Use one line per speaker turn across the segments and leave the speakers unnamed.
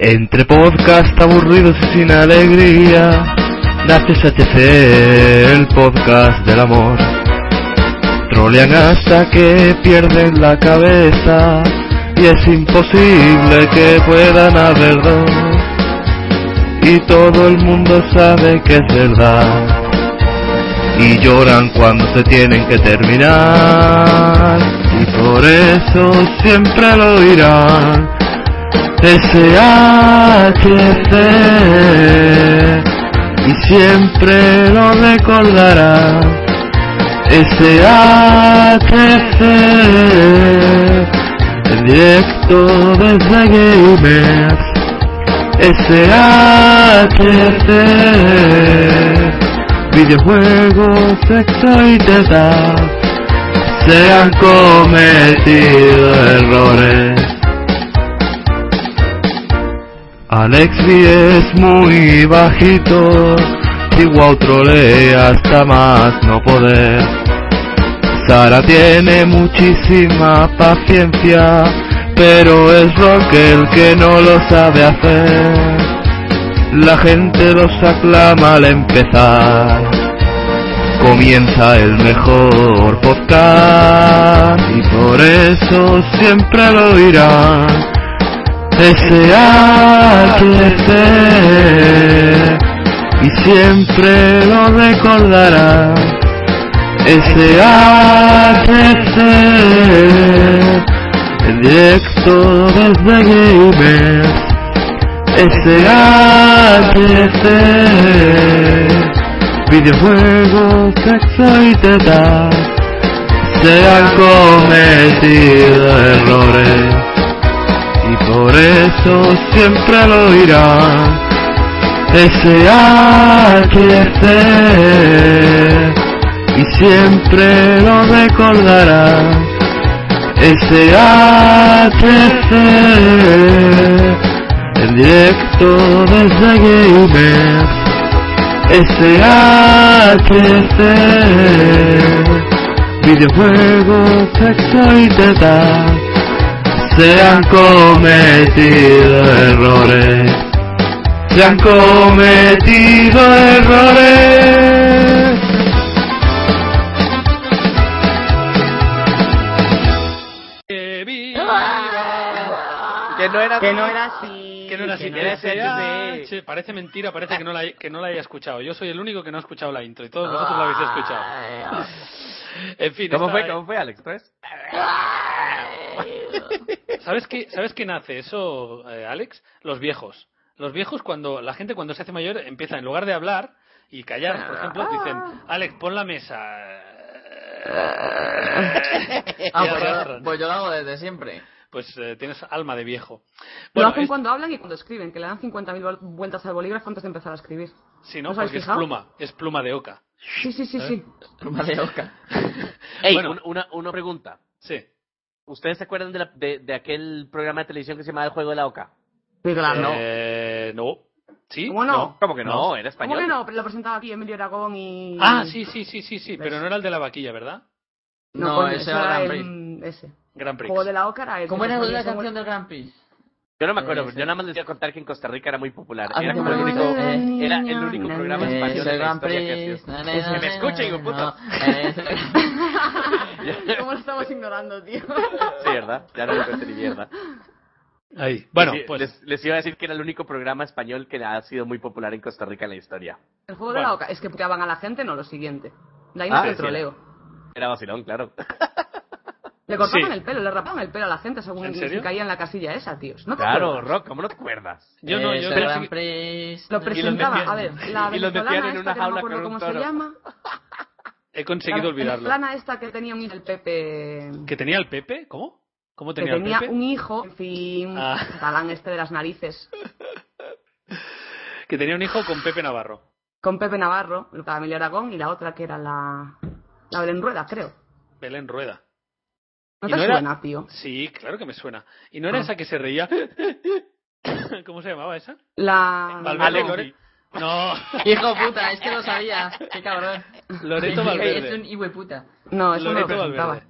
Entre podcast aburridos y sin alegría, nace HC, el podcast del amor. Trolean hasta que pierden la cabeza y es imposible que puedan haberlo. Y todo el mundo sabe que es verdad. Y lloran cuando se tienen que terminar. Y por eso siempre lo dirán. SHC y siempre lo recordará. SHC en directo desde Gamers. SHC videojuegos, sexo y teta. Se han cometido errores. Alexi es muy bajito, Chihuahua trolea hasta más no poder. Sara tiene muchísima paciencia, pero es Rocker que no lo sabe hacer. La gente los aclama al empezar. Comienza el mejor podcast y por eso siempre lo dirán. S.A.T.C. y siempre lo recordará. S.A.T.C. en directo desde Gamers. S.A.T.C. videojuegos, sexo y teta. Se han cometido errores y por eso siempre lo dirán. S.A.T.C. y siempre lo recordará. S.A.T.C. en directo desde Gamers. S.A.T.C. videojuegos, sexo y teta se han cometido errores, se han cometido errores.
Que viva. Que no era
Que no era así.
que no era así.
era así.
SH. Parece mentira, parece que no, la, que no la haya escuchado. Yo soy el único que no ha escuchado la intro y todos vosotros la habéis escuchado. En fin,
¿Cómo
esta-
fue? ¿Cómo fue, Alex? ¿Tres?
¿Sabes qué, ¿Sabes qué nace eso, eh, Alex? Los viejos. Los viejos, cuando la gente cuando se hace mayor empieza, en lugar de hablar y callar, por ejemplo, dicen, Alex, pon la mesa.
Ah,
Y
pues
arrastran.
yo, pues yo lo hago desde siempre.
Pues eh, tienes alma de viejo.
Lo
Bueno,
hacen
es-
cuando hablan y cuando escriben, que le dan 50.000 vol- vueltas al bolígrafo antes de empezar a escribir.
sí, ¿no?
¿os habéis
Porque es
fijado?
pluma, es pluma de oca.
Sí, sí,
¿Eh?
sí, sí.
Pluma de oca.
Ey,
Bueno.
un- una, una pregunta.
Sí.
¿Ustedes se acuerdan de, la- de, de aquel programa de televisión que se llamaba El Juego de la Oca?
Pero
Ah,
claro, no.
Eh, no. ¿Sí?
¿Cómo no?
¿Cómo que no?
No.
era
¿Cómo
español.
que no? Pero Lo presentaba aquí Emilio Aragón y...
Ah, sí, sí, sí, sí, sí, pero no era el de la vaquilla, ¿verdad?
No,
coño,
ese
ese
era Gran Prix.
en- Ese.
Gran Prix.
Juego de la Oca era el...
¿Cómo era
el-
la
el-
canción del Grand Prix?
Yo no me acuerdo,
Eh, sí.
yo nada más les voy a contar que en Costa Rica era muy popular.
Ah,
Era
no,
como el
no,
único, eh,
no,
no,
era
no,
el único
no,
programa
no,
español
Eh, Es
de
el
la
Grand
historia que
Prix.
hacía.
Pues
Que me escuchen, hijo puta.
Eh,
¿Cómo lo estamos ignorando, tío?
Sí, ¿verdad? Ya no me cuento ni mierda.
Ahí. Bueno,
Les-
pues
les, les iba a decir que era el único programa español que ha sido muy popular en Costa Rica en la historia.
El juego de
Bueno.
la Oca. Es que puteaban a la gente, no lo siguiente. De ahí
Ah,
nace el
sí, era.
troleo.
Era vacilón, claro.
Le cortaban
Sí.
el pelo, le rapaban el pelo a la gente según
¿En serio?
si caía en la casilla esa, tíos. ¿No te
Claro,
acuerdas?
Rock, ¿cómo no te acuerdas?
yo no,
Eh,
yo
Es el
creo
Grand
que-
Prix.
Lo presentaba,
metían-
a ver, la
y los metían
venezolana
en
esta que
una
no me
jaula
acuerdo
con un
cómo se
toro.
llama.
he conseguido olvidarlo.
La plana esta que tenía un hijo, el Pepe.
¿Que tenía el Pepe? ¿Cómo? ¿Cómo
que
tenía el
tenía
Pepe?
un hijo, en fin,
Ah.
talán este de las narices,
Que tenía un hijo con Pepe Navarro.
con Pepe Navarro, la Emilio Aragón, y la otra que era la. La Belén Rueda, creo.
Belén Rueda.
No
Y
te
no era-
suena, tío.
Sí, claro que me suena. ¿Y no era
Ah.
esa que se reía? ¿Cómo se llamaba esa?
La.
Valverde.
Alexi.
Lore- No,
Hijo puta, es que lo sabía. Qué cabrón.
Loreto
Es un
Valverde.
hijo puta.
No, eso no lo
Loreto
presentaba.
Valverde.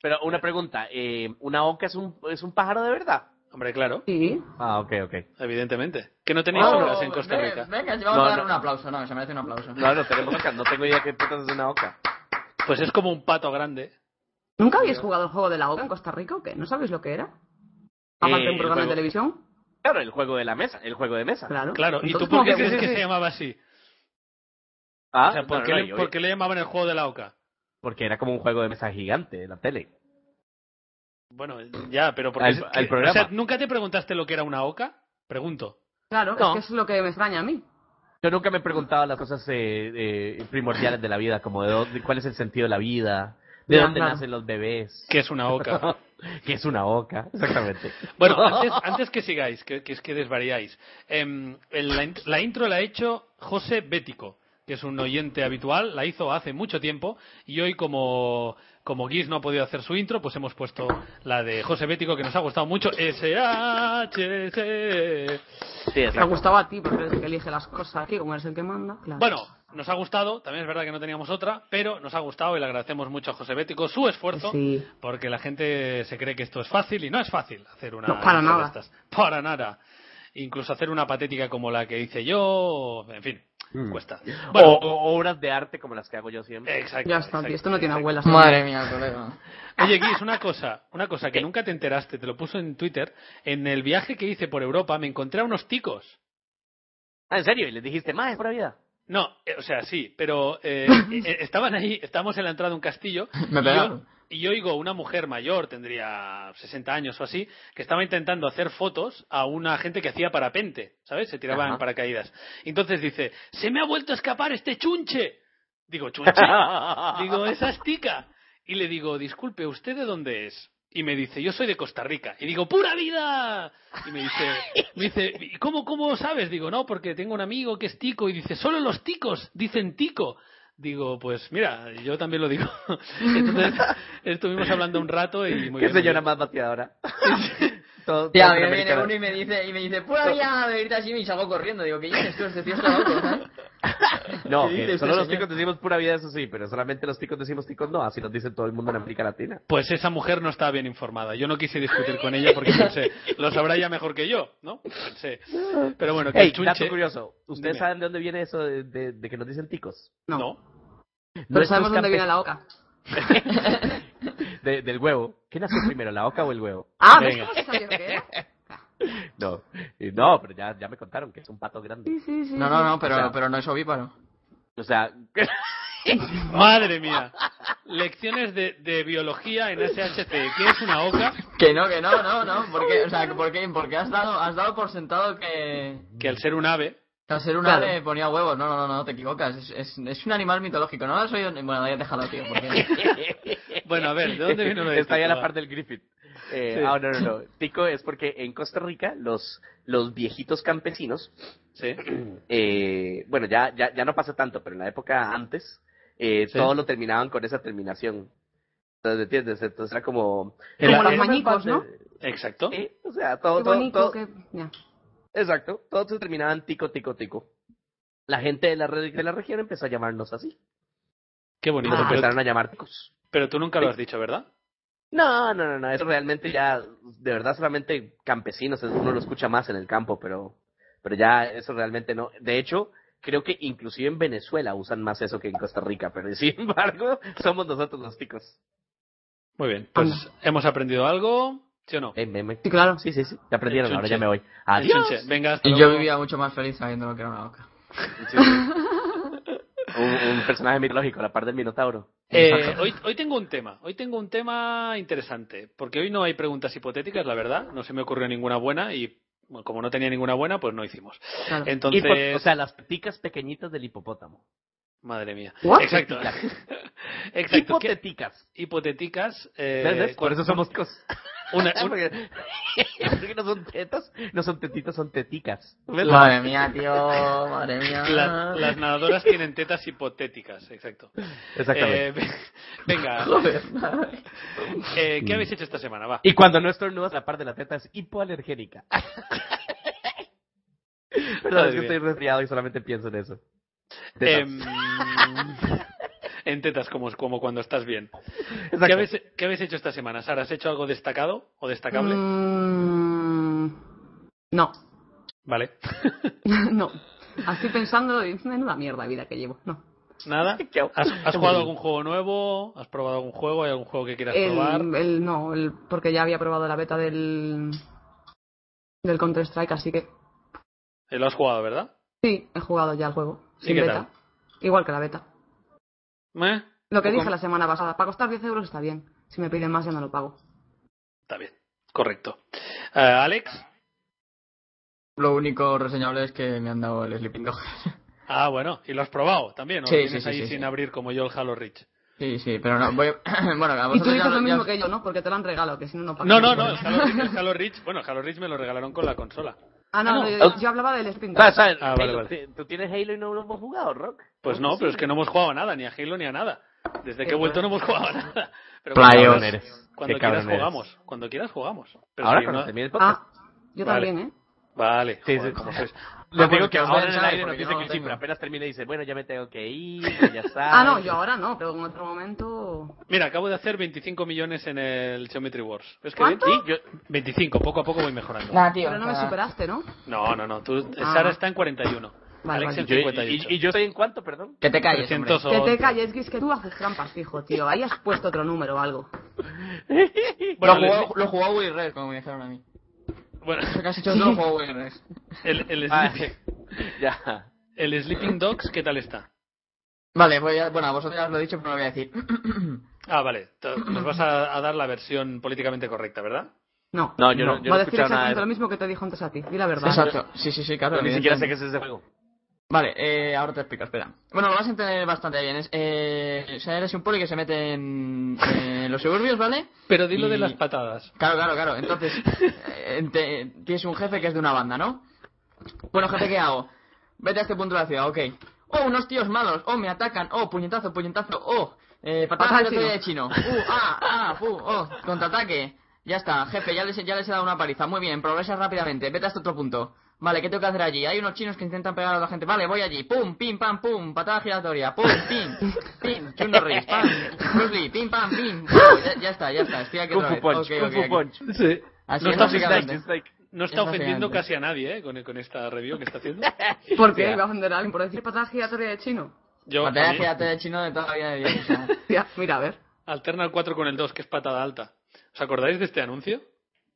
Pero una pregunta, eh, ¿una oca es un, es un pájaro de verdad?
Hombre, claro,
Sí.
Ah, ok, ok.
evidentemente. Que no tenéis
Oh,
obras en Costa
ve-
Rica.
Venga, vamos
No,
a dar
no.
un aplauso. No, se merece un aplauso.
No, no tenemos oca. No tengo idea qué putas es una oca.
Pues es como un pato grande.
¿Nunca habéis jugado el juego de la oca en Costa Rica o qué? ¿No sabéis lo que era?
Eh,
Aparte de
el
un programa de
juego.
televisión.
Claro, el juego de la mesa. El juego de mesa.
Claro.
Claro, ¿y tú
Entonces,
por
¿cómo
qué
que-
crees
sí,
que
sí.
se llamaba así?
Ah,
O sea, ¿por
no,
qué
no,
le-
yo-
por qué le llamaban el juego de la oca?
Porque era como un juego de mesa gigante en la tele.
Bueno, ya, pero porque
Al-
es que-
al programa.
o sea, ¿nunca te preguntaste lo que era una oca? Pregunto.
Claro,
No.
es que es lo que me extraña a mí.
Yo nunca me he preguntado las cosas eh, eh, primordiales de la vida, como de, dónde- cuál es el sentido de la vida, de
Ya,
dónde
claro.
nacen los bebés,
¿Qué es una oca?
que es una oca, exactamente.
Bueno, antes, antes que sigáis, que, que es que desvariáis. em, el- la, in- la intro la ha hecho José Bético, que es un oyente habitual, la hizo hace mucho tiempo y hoy como, como Guis no ha podido hacer su intro, pues hemos puesto la de José Bético que nos ha gustado mucho. SHC.
Sí,
Te ha gustado a ti porque eres el que elige las cosas aquí, como eres el que manda. Claro.
Bueno, nos ha gustado, también es verdad que no teníamos otra, pero nos ha gustado y le agradecemos mucho a José Bético su esfuerzo,
Pues Sí.
porque la gente se cree que esto es fácil y no es fácil hacer una
No, para
intro de
nada.
estas. Para nada. Incluso hacer una patética como la que hice yo, o- en fin,
Mm.
cuesta.
O,
Bueno,
o obras de arte como las que hago yo siempre.
exacto.
Ya está,
exacto,
tío, esto no tiene
exacto.
abuelas.
Madre mía, colega.
Oye, Guis, una cosa, una cosa que nunca te enteraste, te lo puso en Twitter. En el viaje que hice por Europa me encontré a unos ticos.
Ah, ¿en serio? ¿Y les dijiste, más es pura vida?
No, eh, o sea, sí, pero eh, eh, estaban ahí, estábamos en la entrada de un castillo
Me
Y
pegaron.
yo- Y yo oigo una mujer mayor, tendría 60 años o así, que estaba intentando hacer fotos a una gente que hacía parapente, ¿sabes? Se tiraba
Ajá.
en paracaídas. Y Entonces dice, se me ha vuelto a escapar este chunche. Digo, chunche. digo, esa es tica. Y le digo, disculpe, ¿usted de dónde es? Y me dice, yo soy de Costa Rica. Y digo, ¡pura vida! Y me dice, me dice "¿Y ¿cómo, cómo sabes? Digo, no, porque tengo un amigo que es tico. Y dice, solo los ticos dicen tico. Digo, pues mira, yo también lo digo. Entonces estuvimos hablando un rato y muy
¿Qué
bien.
señora más bateadora? todo, todo
Tía, a mí me viene
Latinoamericano.
uno y me dice, y me dice, pura vida, beberita así, y salgo corriendo. Digo, ¿qué dices tú? Este tío está loco, ¿sabes?
No,
¿Qué
que
dice
solo
usted,
los
señor?
ticos decimos pura vida, eso sí, pero solamente los ticos decimos ticos no, así nos dice todo el mundo en América Latina.
Pues esa mujer no estaba bien informada. Yo no quise discutir con ella porque pensé, lo sabrá ya mejor que yo, ¿no? Pensé. Pero bueno, que
Ey,
el
dato
chunche...
curioso, ¿ustedes
Dime.
saben de dónde viene eso de, de- de que nos dicen ticos?
No.
No.
Pero
Nuestros
sabemos dónde viene
campe-
la oca.
de- del huevo. ¿Qué nació primero, la oca o el huevo?
Ah, ¿ves
Venga.
cómo se sabía lo que era?
No, eh, no, pero ya, ya me contaron que es un pato grande.
Sí, sí, sí.
No, no, no,
O sea-
pero, pero no es ovíparo.
O sea,
Madre mía. Lecciones de, de biología en SHC. ¿Qué es una oca?
Que no, que no, no, no. Porque, o sea, que porque, porque has dado, has dado por sentado que
Que al ser un ave.
que al ser un ave
Claro.
ponía huevos. No, no, no, no, te equivocas. Es, es, es un animal mitológico. No lo has oído. ni- Bueno, ya déjalo, tío. Porque...
Bueno, a ver, ¿de dónde vino lo de
Está ahí a
tico?
la par del Griffith. Eh,
Sí.
Ah, no, no, no. Tico es porque en Costa Rica los, los viejitos campesinos,
Sí.
eh, bueno, ya, ya, ya no pasa tanto, pero en la época antes, eh,
Sí.
todo lo terminaban con esa terminación. Entonces, ¿entiendes? Entonces era como...
El-
Como los
el-
mañicos, ¿no?
Exacto.
Sí, eh, o sea,
Qué
todo, todo,
bonito,
todo-
qué... ya.
Exacto, todos se terminaban tico, tico, tico. La gente de la, re- de la región empezó a llamarnos así.
Qué
Y
bonito.
nos
Ah.
pero,
empezaron a llamar ticos.
pero tú nunca lo has dicho, ¿verdad?
No, no, no, no, eso realmente ya, de verdad solamente campesinos, es- uno lo escucha más en el campo, pero, pero ya eso realmente no. De hecho, creo que inclusive en Venezuela usan más eso que en Costa Rica, pero sin embargo, somos nosotros los ticos.
Muy bien. Pues hemos aprendido algo, ¿sí o no?
Eh, me- me-
Sí, claro.
Sí, sí, sí, ya aprendieron,
El
ahora
chunche.
ya me voy.
El
Adiós.
chunche. Venga, hasta
Y yo
luego.
vivía mucho más feliz sabiendo lo que era una oca.
Sí, sí. Un, un personaje mitológico, a la par del Minotauro.
Eh, hoy, hoy tengo un tema, hoy tengo un tema interesante, porque hoy no hay preguntas hipotéticas, la verdad, no se me ocurrió ninguna buena y bueno, como no tenía ninguna buena, pues no hicimos.
Claro.
Entonces,
Hipo- o sea, las ticas pequeñitas del hipopótamo.
madre mía.
¿What?
Exacto. Exacto. ¿qué-
Hipotéticas.
hipotéticas. eh,
¿Ves? Por
cuan-
eso somos ticos.
una- un-
Ah, porque, porque no son tetas, no son tetitas, son teticas. ¿Ves?
Madre mía, tío. Madre
Ah.
mía.
la- las nadadoras tienen tetas hipotéticas, exacto.
Exactamente.
Eh, venga,
Joder.
eh, ¿qué habéis hecho esta semana? Va.
Y cuando no estornudas, la parte de la teta es hipoalergénica. Perdón,
Madre
es que
mía.
estoy resfriado y solamente pienso en eso. Eh,
Em, en tetas, como, como cuando estás bien.
Exacto.
¿Qué habéis, qué habéis hecho esta semana, Sara? ¿Has hecho algo destacado o destacable?
Mm, mm, no,
Vale.
no. Así pensando, y, menuda mierda vida que llevo. No.
Nada.
Qué guapo.
¿Has, has jugado algún juego nuevo? ¿Has probado algún juego? ¿Hay algún juego que
Em.
quieras probar?
El, el- no, el, porque ya había probado la beta del, del Counter-Strike, así que
Eh, Lo has jugado, ¿verdad?
sí, he jugado ya el juego.
Sí,
sin
¿qué
beta. Igual que la beta.
¿Eh?
Lo que
Poco-
dije la semana pasada, para costar 10 euros está bien. Si me piden más, ya no lo pago.
Está bien. Correcto. Eh, Alex.
Lo único reseñable es que me han dado el Sleeping Dog.
Ah, bueno. ¿Y lo has probado también? ¿O
Sí,
lo tienes
sí, sí,
ahí
sí,
sin
sí.
abrir como yo el Halo Reach?
sí, sí, pero no, voy... bueno, a
Y
vosotros
tú
ya
dices
lo-
lo
ya-
mismo que yo, ¿no? Porque te lo han regalado, que si no, no pagas.
No, no, no. El Halo, Reach, el Halo Reach. Bueno, el Halo Reach me lo regalaron con la consola.
Ah, no,
Ah, no.
no, yo, yo hablaba del Spin
Ah, ¿sabes?
Ah, vale,
Halo,
vale.
ti- ¿Tú tienes Halo y no lo hemos jugado, Rock?
Pues no, pero es que no hemos jugado a nada, ni a Halo ni a nada. Desde que he vuelto no hemos jugado a nada. Pero cuando
Cabrón
quieras-
eres.
Cuando
Qué
quieras
cabrón eres.
jugamos. Cuando quieras jugamos. Pero
Ahora
si
cuando
no-
termine el podcast.
Ah, yo
Vale.
también, ¿eh?
Vale.
Sí,
joder,
sí.
cómo sois.
Les
Ah,
digo
bueno,
que
que os
ahora
den
en el
like,
aire no
porque
piensa
no
que el
lo tengo.
Chipre apenas termina y dice, bueno, ya me tengo que ir, que ya sabes.
Ah, no, yo ahora no, pero en otro momento.
Mira, acabo de hacer 25 millones en el Geometry Wars. ¿Ves que bien?
¿Cuánto?
Sí, yo...
25, poco a poco voy mejorando.
Nah, tío.
Pero no
o
me
sea,
superaste, ¿no?
No, no, no. Tú,
Ah.
Sara está en 41.
Vale,
Alex
vale.
en
yo- y,
58.
y- y yo estoy en cuánto, perdón.
Que te calles, hombre.
300
Que
o-
te calles, que es que tú haces trampas, hijo, tío. Ahí has puesto otro número o algo.
Bueno,
lo,
les-
jugó, lo jugó Will Red, como me dijeron a mí.
bueno,
Eso que has hecho tú lo jugó Will Red.
el, el,
Ah,
Sleeping,
ya.
el Sleeping Dogs, ¿qué tal está?
Vale, voy a, bueno, a vosotros ya os lo he dicho, pero no lo voy a decir.
Ah, vale. Te- Nos vas a, a dar la versión políticamente correcta, ¿verdad?
No.
No, yo no,
No.
yo no
Va
he
a decir
escuchado nada.
exactamente lo
de-
mismo que te dijo antes a ti. Di la verdad.
Exacto, sí, sí, sí, claro.
Ni siquiera sé
evidentemente.
qué es ese juego.
Vale, eh, ahora te explico, espera. Bueno, lo vas a entender bastante bien. Es, eh, o sea, eres un poli que se mete en, en los suburbios, ¿vale?
Pero dilo de
Y-
las patadas.
Claro, claro, claro. Entonces, eh, te- tienes un jefe que es de una banda, ¿no? Bueno, jefe, ¿qué hago? Vete a este punto de la ciudad, ok. Oh, unos tíos malos. Oh, me atacan. Oh, puñetazo, puñetazo. Oh, eh, patada
Patada
de
chino.
de chino. Uh, ah, ah, fu, oh, contraataque. Ya está, jefe, ya les, ya les he dado una paliza. Muy bien, progresa rápidamente. Vete a este otro punto. Vale, ¿qué tengo que hacer allí? Hay unos chinos que intentan pegar a la gente. Vale, voy allí. Pum, pim, pam, pum. Patada giratoria. Pum, pim, pim. Chuno Riz, pam. Bruce Lee, pim, pam, pim. Oh, ya, ya está, ya está. Estoy aquí
Kung
otra
Fu
vez.
Punch,
Ok,
Kung
ok,
Fu
aquí.
Punch.
Sí.
Así
No
es,
está
básicamente.
Dislike, dislike.
No está
Es
ofendiendo
fascinante.
casi a nadie, ¿eh? Con, con esta review que está haciendo.
¿Por qué? ¿Iba a ofender a alguien por decir patada giratoria de chino?
Yo,
Patada
a mí-
giratoria de chino de toda la vida de Dios. o sea.
Ya, mira, a ver.
Alterna el 4 con el 2, que es patada alta. ¿Os acordáis de este anuncio?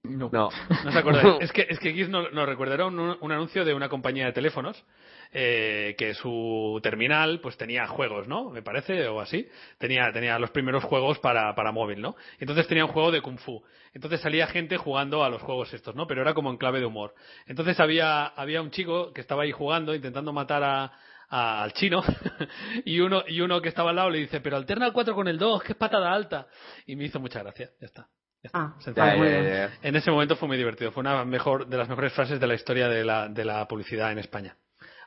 No.
No.
No os acordáis. es que, es que Giz nos, nos recordará un, un anuncio de una compañía de teléfonos eh, que su terminal pues tenía juegos, ¿no? Me parece, o así. Tenía, tenía los primeros juegos para, para móvil, ¿no? Entonces tenía un juego de Kung Fu. Entonces salía gente jugando a los juegos estos, ¿no? Pero era como en clave de humor. Entonces había, había un chico que estaba ahí jugando, intentando matar a, a- al chino y uno y uno que estaba al lado le dice pero alterna el 4 con el 2 que es patada alta y me hizo mucha gracia ya está, ya está.
Ah,
Sencillo.
Ya,
Vale, muy
ya,
bien.
ya, ya.
En ese momento fue muy divertido. Fue una mejor, de las mejores frases de la historia de la, de la publicidad en España.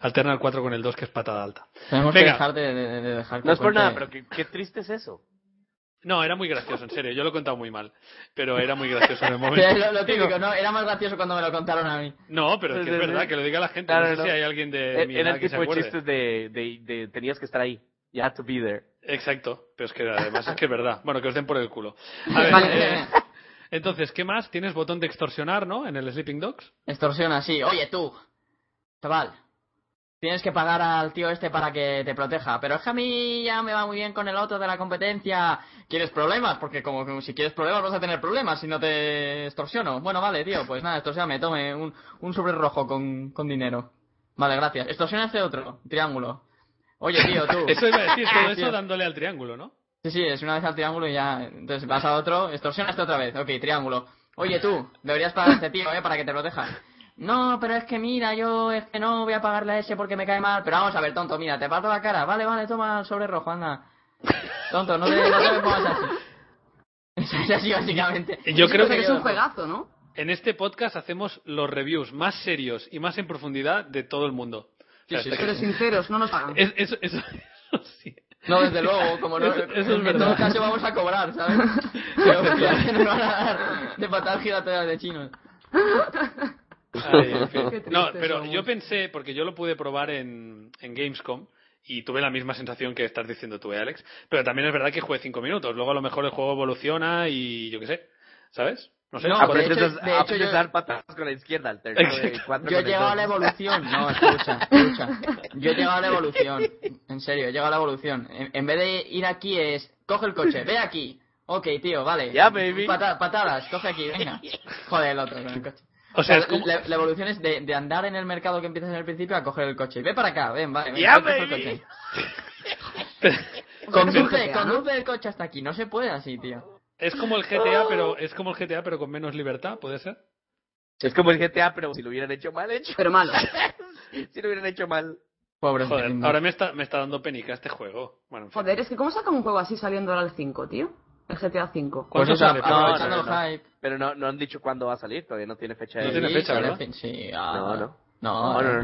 Alterna el 4 con el 2, que es patada alta.
Tenemos
Venga.
que dejar de, de- de dejar que
No es por
cuente-
nada, pero qué, qué triste es eso.
No, era muy gracioso, en serio. Yo lo he contado muy mal. Pero era muy gracioso en el
Sí, es
momento.
lo, lo típico, ¿no? Era más gracioso cuando me lo contaron a mí.
No, pero es que es verdad que lo diga la gente.
Claro,
No sé si
no.
hay Eh, alguien de mi
Eh, Era
edad
el
que se
tipo de
acuerde.
chistes de, de, de tenías que estar ahí. You had to be there.
Exacto. Pero es que además es que es verdad. Bueno, que os den por el culo. A ver,
Vale.
eh, entonces, ¿qué más? Tienes botón de extorsionar, ¿no? En el Sleeping Dogs.
Extorsión así. Oye, tú, chaval, tienes que pagar al tío este para que te proteja. Pero es que a mí ya me va muy bien con el otro de la competencia. ¿Quieres problemas? Porque como como si quieres problemas vas a tener problemas si no te extorsiono. Bueno, vale, tío, pues nada, extorsioname, tome un, un sobre rojo con, con dinero. Vale, gracias. Extorsiona a este otro, triángulo. Oye, tío, tú.
Eso iba a decir, todo
Tío.
eso dándole al triángulo, ¿no?
Sí, sí, es una vez al triángulo y ya. Entonces vas a otro, extorsionas otra vez. Ok, triángulo. Oye tú, deberías pagar a este tío, ¿eh? Para que te proteja. No, pero es que mira, yo es que no voy a pagarle a ese porque me cae mal. Pero vamos a ver, tonto, mira, te parto la cara. Vale, vale, toma el sobre rojo, anda. Tonto, no te, no te me pongas así. Es así, básicamente.
Yo creo
Pero
que
que es un juegazo, ¿no?
En este podcast hacemos los reviews más serios y más en profundidad de todo el mundo. O sea,
Sí, sí,
hasta
Pero
que-
sinceros, no nos pagan.
Es- eso- eso- eso sí.
No, desde luego, como no.
Eso- eso es
en
verdad.
todo caso vamos a cobrar, ¿sabes? Pero que nos van a dar de patar giratorias de chinos.
Ay, en fin.
Qué triste
No, pero
somos.
yo pensé, porque yo lo pude probar en, en Gamescom y tuve la misma sensación que estás diciendo tú, eh, Alex. Pero también es verdad que jugué cinco minutos. Luego a lo mejor el juego evoluciona y yo qué sé, ¿sabes? No sé,
No,
cuando-
de
Aprendes,
hecho-
a,
de hecho
aprendes
yo-
a dar patadas con la izquierda al terreno de
Exacto.
cuatro
Yo he
con el
llegado a
dos.
la evolución. No, escucha, escucha. Yo he llegado a la evolución. En serio, he llegado a la evolución. En, en vez de ir aquí es, coge el coche, ve aquí. Ok, tío, vale.
Ya, baby.
Pata- patadas, coge aquí, venga. Joder, el otro con el coche.
o sea, es
la,
como-
la- la evolución es de, de andar en el mercado que empiezas en el principio a coger el coche. Ve para acá, ven, vale. ven,
Ya,
coge el
baby.
coche.
Hombre, no se
Conduce,
puede, ¿no?
conduce el coche hasta aquí. No se puede así, tío.
es como el GTA, pero es como el GTA, pero con menos libertad, ¿puede ser?
Es como el GTA, pero si lo hubieran hecho mal hecho.
Pero malo.
si lo hubieran hecho mal.
Pobre
Joder, ahora me está, me está dando penica este juego. Bueno, en fin.
Joder, es que ¿cómo sacan un juego así saliendo ahora el 5, tío? El GTA 5.
Pues
¿Cuánto
eso,
sale?
aprovechando
No, no, no.
el hype.
Pero no, no han dicho cuándo va a salir, todavía no tiene fecha
No
de
tiene
Sí,
release.
fecha,
sale
¿verdad?
fin- Sí, ah,
No, no.
No,
No, no, no, no.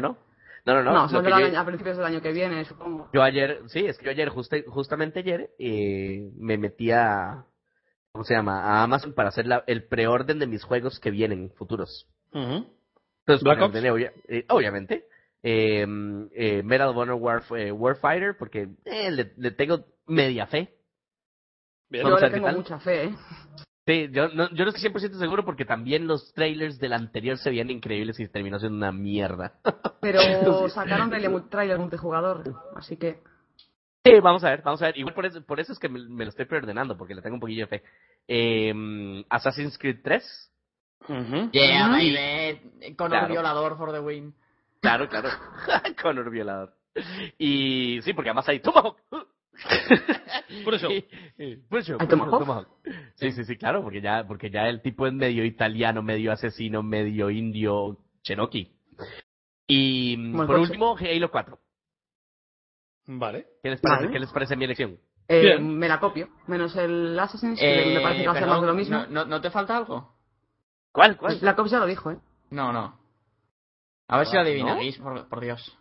No, no, no.
No,
Lo que
saldrá
yo-
a principios del año que viene, supongo.
Yo ayer, sí, es que yo ayer, justa- justamente ayer, eh, me metí a, ¿cómo se llama? A Amazon para hacer la, el preorden de mis juegos que vienen futuros.
Ujú. ¿Black
Entonces, bueno,
Ops?
ordené, obvia- eh, obviamente, eh, eh, Medal of Honor Warf- eh, Warfighter, porque eh, le, le tengo media fe.
Bien.
Yo
Vamos a
le
ver qué
tengo
tal.
mucha fe, ¿eh?
Sí, yo no, yo no estoy 100% seguro porque también los trailers del anterior se veían increíbles y terminó siendo una mierda.
Pero sacaron trailer, mu- trailer multijugador, así que...
Sí, vamos a ver, vamos a ver. Igual por eso, por eso es que me, me lo estoy preordenando, porque le tengo un poquillo de fe. Eh, Assassin's Creed 3.
Ujú.
Yeah,
Ujú.
baby. Con
Claro.
un violador for the win.
Claro, claro. Connor violador. Y sí, porque además hay Tomahawk.
Por eso.
Y- y- por eso,
¿Hay
por eso,
Tomahawk?
Sí, sí, sí, claro, porque ya, porque ya el tipo es medio italiano, medio asesino, medio indio, Cherokee. Y mm,
Como el
por
coche.
último, Halo 4.
Vale.
¿Qué les parece,
Vale.
¿Qué les parece mi elección?
eh,
Bien.
me la copio. Menos el Assassin's Creed,
Eh,
me parece que va a ser
perdón,
más de lo mismo.
No, no, ¿no te falta algo?
¿Cuál, cuál?
La COP ya lo dijo, ¿eh?
No, no. A ver si
Ah,
lo adivináis, por, por Dios.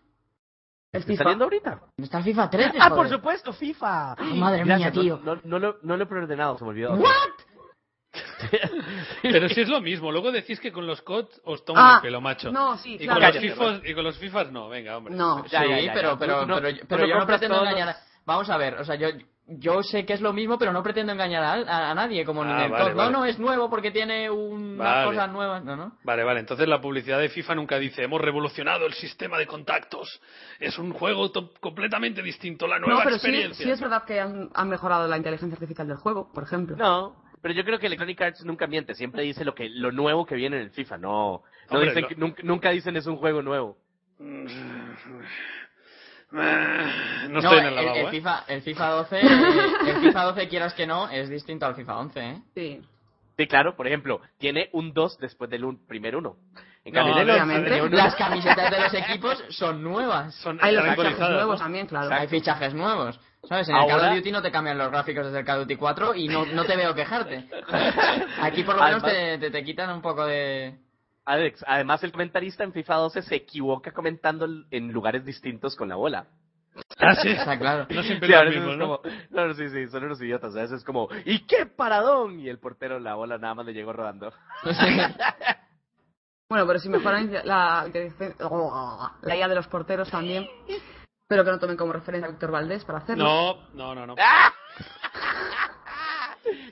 El
¿Está
FIFA.
saliendo ahorita?
¿No está el FIFA 13?
Ah,
joder?
por supuesto, FIFA.
madre mía,
no-
tío.
No, no lo, no lo he preordenado, se me olvidó.
Pero si es lo mismo, luego decís que con los CODs os toman
Ah,
el pelo, macho.
No, sí,
y,
claro.
con los
Cállate,
FIFAs, y con los FIFAs no, venga, hombre.
No,
Sí,
Ya, ya, ya, ya.
pero, pero,
Tú no-
pero,
tú
pero
no
yo no
compras
pretendo
todos.
engañar a... Vamos a ver, o sea, yo, yo sé que es lo mismo, pero no pretendo engañar a, a nadie, como en
Ah,
el
vale,
COD. No,
vale.
no, es nuevo porque tiene unas
Vale.
cosas nuevas, no, no.
Vale, vale, entonces la publicidad de FIFA nunca dice, hemos revolucionado el sistema de contactos. Es un juego to- completamente distinto, la nueva
No, pero sí,
experiencia.
sí es verdad que han, han mejorado la inteligencia artificial del juego, por ejemplo.
No, pero yo creo que Electronic Arts nunca miente, siempre dice lo que lo nuevo que viene en el FIFA, no. no
Hombre,
dicen
no.
que- nunca, nunca dicen es un juego nuevo.
No estoy en el lavabo, ¿eh?
FIFA, el FIFA 12, eh, el FIFA 12, quieras que no, es distinto al FIFA 11, ¿eh?
Sí.
Sí, claro, por ejemplo, tiene un 2 después del un- primer 1. En
No,
cambio, el otro
obviamente.
tenía un uno.
Las camisetas de los equipos son nuevas.
Son
Hay los fichajes
reactualizadas,
nuevos
¿no?
también, claro.
Hay fichajes nuevos. ¿Sabes? En el
Ahora-
Call of Duty no te cambian los gráficos desde el Call of Duty 4 y no, no te veo quejarte. Aquí por lo menos
Además-
te, te, te quitan un poco de...
Alex, además el comentarista en FIFA 12 se equivoca comentando l- en lugares distintos con la bola.
Ah, sí.
Está claro.
No siempre
Sí,
lo
a veces
mismo,
es
¿no?
como- no, no, sí, sí, son unos idiotas. A veces es como, ¿y qué paradón? Y el portero la bola nada más le llegó rodando.
Bueno, pero si mejoran la inteligencia, la IA de los porteros también. Espero que no tomen como referencia a Víctor Valdés para hacerlo.
No, no, no, no.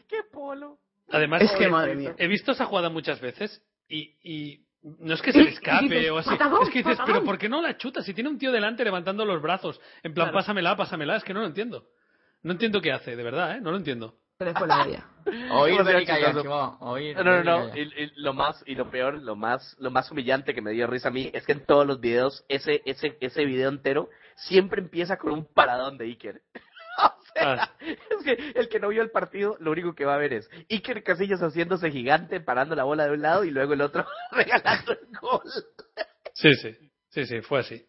¡Qué polo!
Además,
es que
he-
madre mía.
he visto esa jugada muchas veces y, y no es que se le
Y- y
escape
dices,
o así.
"Patadón,
es que dices,
patadón".
pero ¿por qué no la chuta? Si tiene un tío delante levantando los brazos, en plan,
Claro.
pásamela, pásamela, es que no lo entiendo. No entiendo qué hace, de verdad, ¿eh? No lo entiendo.
Se le fue la olla.
Oír
Bueno,
de Rika
chicos,
Yoshibo, oír
No, no,
de
no.
Rika
Y, y lo más, y lo peor, lo más, lo más humillante que me dio risa a mí es que en todos los videos, ese, ese, ese video entero siempre empieza con un paradón de Iker. O sea,
Ah.
es que el que no vio el partido, lo único que va a ver es Iker Casillas haciéndose gigante, parando la bola de un lado y luego el otro regalando el gol.
Sí, sí, sí, sí, fue así.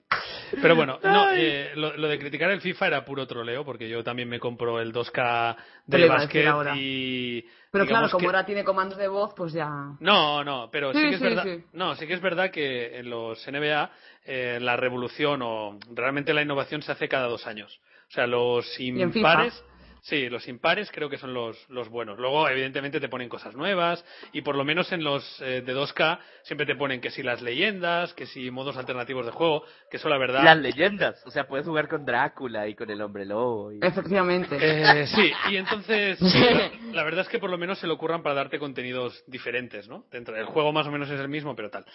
Pero bueno, no,
Ay.
eh, lo, lo de criticar el FIFA era puro troleo, porque yo también me compro el 2K
Te
del
lo iba a decir
básquet
ahora.
y...
Pero
digamos
claro, como
que-
ahora tiene comandos de voz, pues ya.
No, no, pero sí,
Sí,
que es
sí,
verdad.
sí.
No, sí que es verdad que en los NBA eh, la revolución o realmente la innovación se hace cada dos años. O sea, los
en FIFA.
impares Sí, los impares creo que son los, los buenos. Luego, evidentemente, te ponen cosas nuevas y por lo menos en los eh, de 2K siempre te ponen que si las leyendas, que si modos alternativos de juego, que eso la verdad... eh,
Las leyendas. O sea, puedes jugar con Drácula y con el hombre lobo. y-
Efectivamente.
Eh, sí, y entonces la, la verdad es que por lo menos se lo ocurran para darte contenidos diferentes, ¿no? Dentro del juego más o menos es el mismo, pero tal.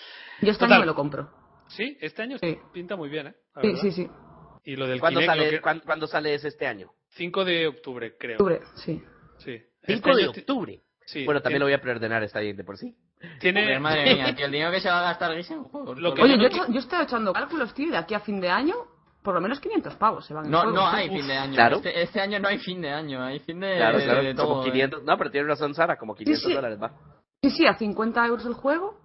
Yo este
total.
año me lo compro.
Sí, este año
Sí.
pinta muy bien, ¿eh? La
Sí,
verdad.
sí, sí.
Y lo del
¿Cuándo
Kinect, lo
sale,
que-
cuán- ¿Cuándo sale ese este año?
5 de octubre, creo.
Octubre, sí.
Sí. Este
5 de
año ti-
octubre.
Sí,
Bueno, también lo
tiene-
voy a preordenar, está bien de por sí.
Joder,
Tiene...
madre mía, tío, el dinero que se va a gastar Guisa en juegos.
Lo que-
Oye,
yo
yo, he
creo
hecho- yo he estado echando cálculos, tío, y de aquí a fin de año, por lo menos 500 pavos se van. en
No,
juegos,
no
tío.
hay fin de año.
claro.
Este, este año no hay fin de año, hay fin de,
Claro,
de-
claro,
de
como
todo. ¿eh?
500. No, pero tienes razón, Sara, como 500
sí.
dólares va.
Sí, sí, a 50 euros el juego.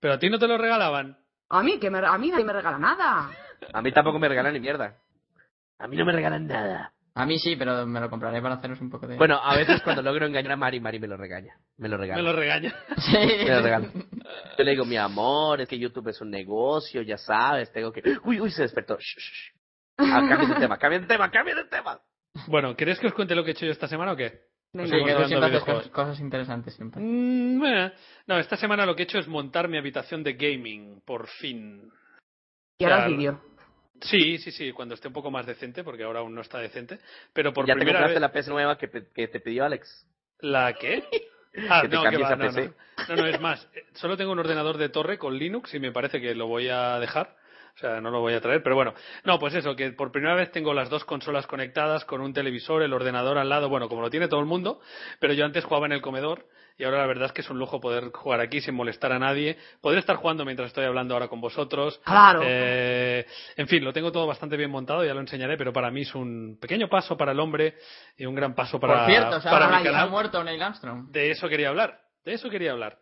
Pero a ti no te lo regalaban.
A mí, que me, a mí nadie me regala nada.
A mí tampoco me regalan ni mierda. A mí no me regalan nada.
A mí sí, pero me lo compraré para haceros un poco de...
Bueno, a veces cuando logro engañar a Mari, Mari me lo regaña. Me lo regala.
Me lo regaña.
Sí.
Me lo regala. Yo le digo, mi amor, es que YouTube es un negocio, ya sabes, tengo que... Uy, uy, se despertó. Shh, shh, shh. Ah, cambia de tema, cambia de tema, cambia de tema.
Bueno, ¿queréis que os cuente lo que he hecho yo esta semana o qué?
Sí,
Venga.
Estamos
que tú
hablando
siempre
de
haces
videojuegos.
cosas, cosas interesantes siempre.
Mm, bueno.
eh.
No, esta semana lo que he hecho es montar mi habitación de gaming, por fin.
y ahora
claro.
el vídeo.
Sí, sí, sí, cuando esté un poco más decente, porque ahora aún no está decente. Pero por
ya te
primera
compraste
vez.
la PC nueva que, pe- que te pidió Alex.
¿La qué? Ah,
Que te
no, que
cambies
va,
a
no, no.
PC.
No, no, es más. eh, Solo tengo un ordenador de torre con Linux y me parece que lo voy a dejar. O sea, no lo voy a traer, pero bueno. No, pues eso, que por primera vez tengo las dos consolas conectadas con un televisor, el ordenador al lado, bueno, como lo tiene todo el mundo, pero yo antes jugaba en el comedor y ahora la verdad es que es un lujo poder jugar aquí sin molestar a nadie. Poder estar jugando mientras estoy hablando ahora con vosotros.
Claro.
Eh, en fin, lo tengo todo bastante bien montado, ya lo enseñaré, pero para mí es un pequeño paso para el hombre y un gran paso para,
Por cierto,
para
Sara,
mi
ha
canal.
muerto Neil Armstrong.
De eso quería hablar. De eso quería hablar.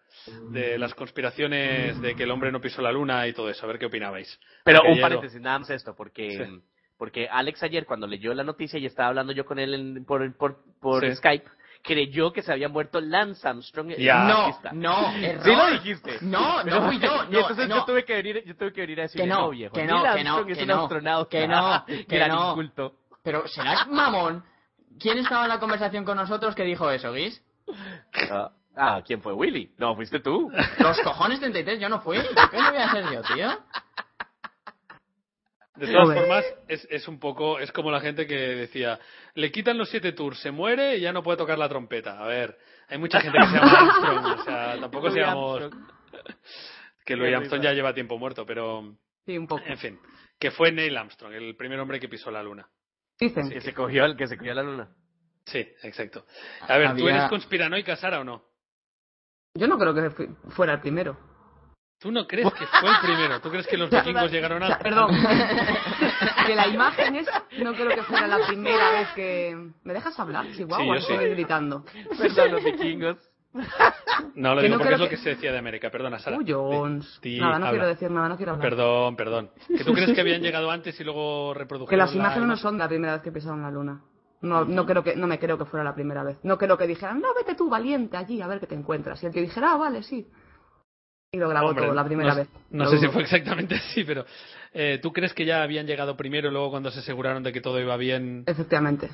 De las conspiraciones de que el hombre no pisó la luna y todo eso. A ver qué opinabais.
Pero
Porque
un
ya no-
paréntesis, nada más esto, porque,
Sí.
porque Alex ayer cuando leyó la noticia y estaba hablando yo con él en- por, por, por
Sí.
Skype, creyó que se había muerto Lance Armstrong. el
Ya.
No,
artista.
no, error.
Ah, Sí lo dijiste.
No, no fui yo.
y
No,
entonces
no.
yo tuve que venir, yo tuve que venir a decirle,
Que no,
viejo,
que
Neil
no, que no,
Armstrong es
que
un
no,
astronauta.
que no, que
Gran
no.
inculto.
Pero será mamón. ¿Quién estaba en la conversación con nosotros que dijo eso, Guis?
Ah, ah, ¿quién fue Willy? No, fuiste tú.
Los cojones 33, yo no fui. ¿Por qué no voy a ser yo, tío?
De todas
Joder.
formas, es, es un poco. Es como la gente que decía: le quitan los siete tours, se muere y ya no puede tocar la trompeta. A ver, hay mucha gente que se llama Armstrong. O sea, tampoco
Louis
seamos.
Armstrong.
Que Louis Armstrong ya lleva tiempo muerto, pero.
Sí, un poco.
En fin. Que fue Neil Armstrong, el primer hombre que pisó la luna.
Dicen.
Que se cogió, el- que se cogió la luna.
Sí, exacto. A ver, ¿tú
Había-
eres conspiranoica, Sara, o no?
Yo no creo que fui- fuera el primero.
¿Tú no crees que fue el primero? ¿Tú crees que los vikingos llegaron
O sea,
a.?
perdón. que la imagen es. No creo que fuera la primera vez que. ¿Me dejas hablar? Sí, guau,
Sí, yo
estoy
sí.
gritando.
Perdón, los vikingos.
No, lo
Que
digo
no
porque
creo
es lo que...
que-
se decía de América. Perdona, Sara.
Uy, Jones.
Di-
nada, no
habla.
quiero decir nada, no quiero hablar.
Perdón, perdón. ¿Que tú crees que habían llegado antes y luego reprodujeron?
Que las
la
imágenes no
imagen?
son de la primera vez que pisaron la luna. No, no, creo que, no me creo que fuera la primera vez. No creo que dijeran, no, vete tú, valiente, allí, a ver qué te encuentras. Y el tío dijera, ah, vale, sí. Y lo grabó
Hombre,
todo la primera
no-
vez.
No
Lo
sé si
dudo.
fue exactamente así, pero eh, ¿tú crees que ya habían llegado primero y luego cuando se aseguraron de que todo iba bien?
Efectivamente.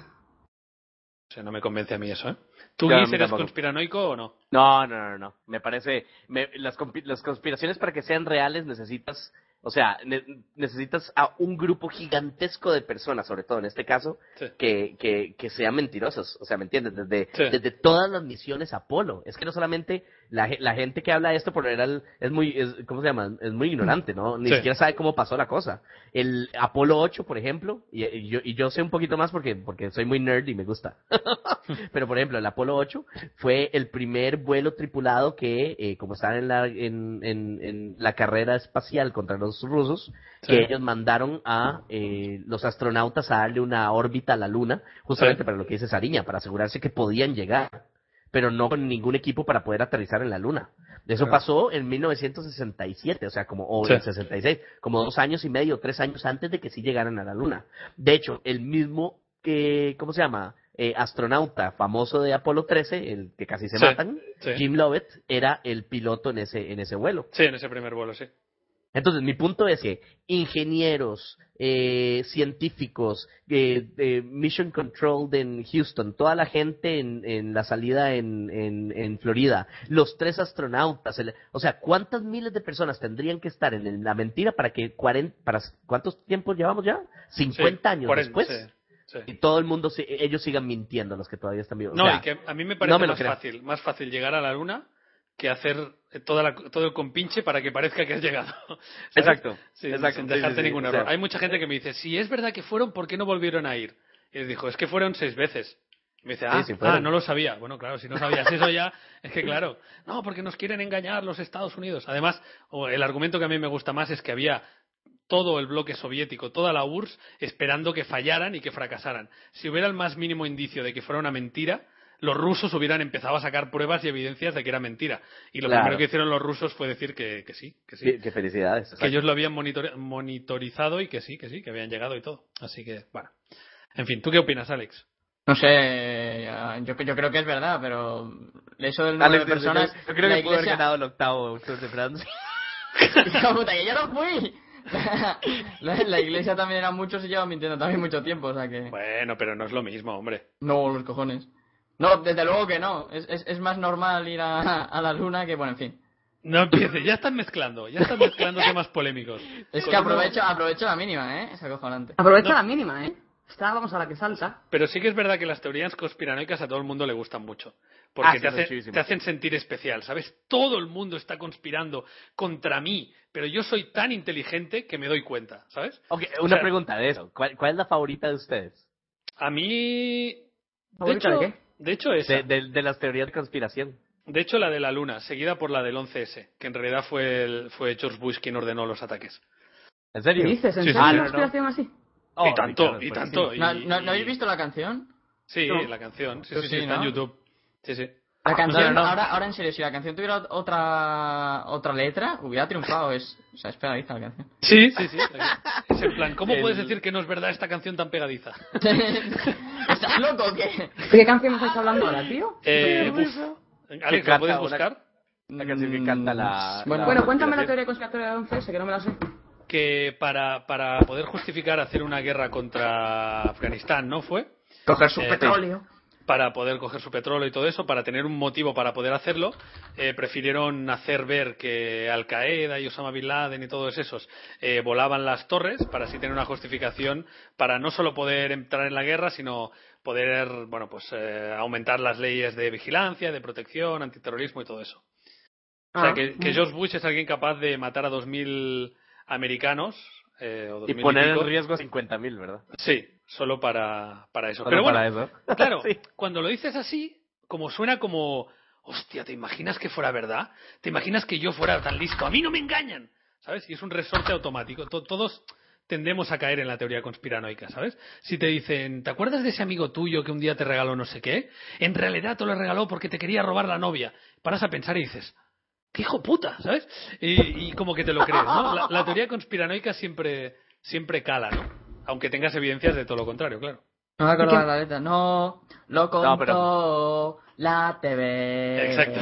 O sea, no me convence a mí eso, ¿eh? ¿Tú,
Ya, a
Guis,
mí
eres
tampoco.
conspiranoico o no?
No, no, no, no. Me parece. me- las, compi- las conspiraciones para que sean reales necesitas. O sea, ne- necesitas a un grupo gigantesco de personas, sobre todo en este caso,
Sí.
que, que, que sean mentirosos. O sea, ¿me entiendes? Desde,
Sí.
desde todas las misiones Apolo. Es que no solamente la, ge- la gente que habla de esto por lo general es muy, es, ¿cómo se llama? Es muy ignorante, ¿no? Ni
Sí.
siquiera sabe cómo pasó la cosa. El Apolo 8, por ejemplo, y, y yo, y yo sé un poquito más porque, porque soy muy nerd y me gusta. Pero, por ejemplo, el Apolo 8 fue el primer vuelo tripulado que, eh, como están en la, en, en, en la carrera espacial contra los rusos,
Sí.
que ellos mandaron a eh, los astronautas a darle una órbita a la Luna, justamente
Sí.
para lo que dice Sariña, para asegurarse que podían llegar, pero no con ningún equipo para poder aterrizar en la Luna. Eso
Claro.
pasó en 1967, o sea, como, o
Sí.
en 66, como dos años y medio, tres años antes de que sí llegaran a la Luna. De hecho, el mismo que, ¿cómo se llama? Eh, astronauta famoso de Apolo 13, el que casi se
Sí,
matan,
sí.
Jim Lovett, era el piloto en ese, en ese vuelo.
Sí, en ese primer vuelo, sí.
Entonces, mi punto es que ingenieros, eh, científicos, eh, eh, Mission Control de en Houston, toda la gente en, en la salida en, en, en Florida, los tres astronautas, el- o sea, ¿cuántas miles de personas tendrían que estar en el- la mentira para que 40, para, ¿cuántos tiempos llevamos ya? 50 años
40,
después.
sí,
Y
sí.
todo el mundo, si- ellos sigan mintiendo, los que todavía están vivos. O
No,
sea,
y que a mí me parece
no me lo
más,
creo.
fácil, más fácil llegar a la luna que hacer eh, toda la- todo el compinche para que parezca que has llegado. ¿sabes?
Exacto,
Sin,
exacto,
sin
sí,
dejarte
sí, sí,
ningún
o
error.
sea-
Hay mucha gente que me dice, si es verdad que fueron, ¿por qué no volvieron a ir? Y les dijo, es que fueron seis veces. Y me dice, ah,
sí,
ah,
fueron.
no lo sabía. Bueno, claro, si no sabías eso ya, es que claro, no, porque nos quieren engañar los Estados Unidos. Además, o el argumento que a mí me gusta más es que había todo el bloque soviético, toda la URSS, esperando que fallaran y que fracasaran. Si hubiera el más mínimo indicio de que fuera una mentira, los rusos hubieran empezado a sacar pruebas y evidencias de que era mentira. Y lo
Claro.
primero que hicieron los rusos fue decir que, que sí, que sí.
qué- qué felicidades.
Que
exacto.
ellos lo habían monitore- monitorizado y que sí, que sí, que habían llegado y todo. Así que, bueno. En fin, ¿tú qué opinas, Alex?
No sé, ya, yo, yo creo que es verdad, pero eso del número
Alex,
de personas.
yo creo
la
que pudo haber
iglesia-
ganado el octavo Tour de Francia.
Hijo de puta, que yo no fui. la, la iglesia también eran muchos y llevan mintiendo también mucho tiempo, o sea que.
Bueno, pero no es lo mismo, hombre.
No, los cojones. No, desde luego que no. Es, es, es más normal ir a, a la luna que, bueno, en fin.
No empieces, ya están mezclando, ya están mezclando temas polémicos.
Es que aprovecho, aprovecho la mínima, ¿eh? Es acojonante.
Aprovecha
No.
la mínima, ¿eh? Está, vamos a la que salta.
Pero sí que es verdad que las teorías conspiranoicas a todo el mundo le gustan mucho. Porque
Ah, sí,
te, hace-
muchísimo.
te hacen sentir especial, ¿sabes? Todo el mundo está conspirando contra mí, pero yo soy tan inteligente que me doy cuenta, ¿sabes?
Ok,
O
una
sea-
pregunta de eso. ¿Cuál, cuál es la favorita de ustedes?
A mí... De
¿Favorita
hecho,
de qué?
de hecho esa.
De, de- de las teorías de conspiración.
De hecho, la de la Luna, seguida por la del 11S, que en realidad fue, el- fue George Bush quien ordenó los ataques.
¿En
¿Qué
serio?
dices? ¿En
Sí, sí,
serio
sí,
una
no, no.
conspiración así?
Oh,
y tanto,
Ricardo,
y
buenísimo.
tanto. y-
pues ¿No, no, ¿no habéis visto la canción?
Sí,
No.
la canción. Sí,
Yo
sí, sí,
sí,
está
¿no?
en YouTube. Sí, sí.
La canción,
no, no.
Ah, Ahora, ahora en serio, si la canción tuviera otra otra letra, hubiera triunfado. Es, o sea, es pegadiza la canción.
Sí, sí, sí. Es en plan, ¿cómo
El-
puedes decir que no es verdad esta canción tan pegadiza?
¿Estás loco o qué?
¿De qué canción estáis hablando ahora, tío?
Eh, uf. Alex, ¿la
canta
puedes
una-
buscar?
La canción que canta la...
Mm, Bueno, pues,
la
Bueno, cuéntame la
conspiración.
teoría conspiratoria del 11, que no me la sé.
Que para, para poder justificar hacer una guerra contra Afganistán, ¿no fue?
Coger su
Eh,
Petróleo.
para poder coger su petróleo y todo eso, para tener un motivo para poder hacerlo, eh, prefirieron hacer ver que Al Qaeda y Osama Bin Laden y todos esos eh, volaban las torres para así tener una justificación para no solo poder entrar en la guerra, sino poder, bueno, pues eh, aumentar las leyes de vigilancia, de protección, antiterrorismo y todo eso. O sea,
Ah,
que, que
mm.
George Bush es alguien capaz de matar a 2.000 americanos. eh, o 2000
Y poner
pico.
en riesgo a 50.000, ¿verdad?
Sí, solo para, para eso.
Solo
Pero bueno,
para eso.
Claro,
Sí.
cuando lo dices así, como suena como, hostia, ¿te imaginas que fuera verdad? ¿Te imaginas que yo fuera tan listo? A mí no me engañan, ¿sabes? Y es un resorte automático. To- todos tendemos a caer en la teoría conspiranoica, ¿sabes? Si te dicen, ¿te acuerdas de ese amigo tuyo que un día te regaló no sé qué? En realidad te lo regaló porque te quería robar la novia. Paras a pensar y dices, ¡qué hijo puta! ¿Sabes? Y, y como que te lo crees, ¿no? La, la teoría conspiranoica siempre, siempre cala, ¿no? Aunque tengas evidencias de todo lo contrario, claro.
No me acordaba la letra. No, lo contó
No, pero-
la TV.
Exacto.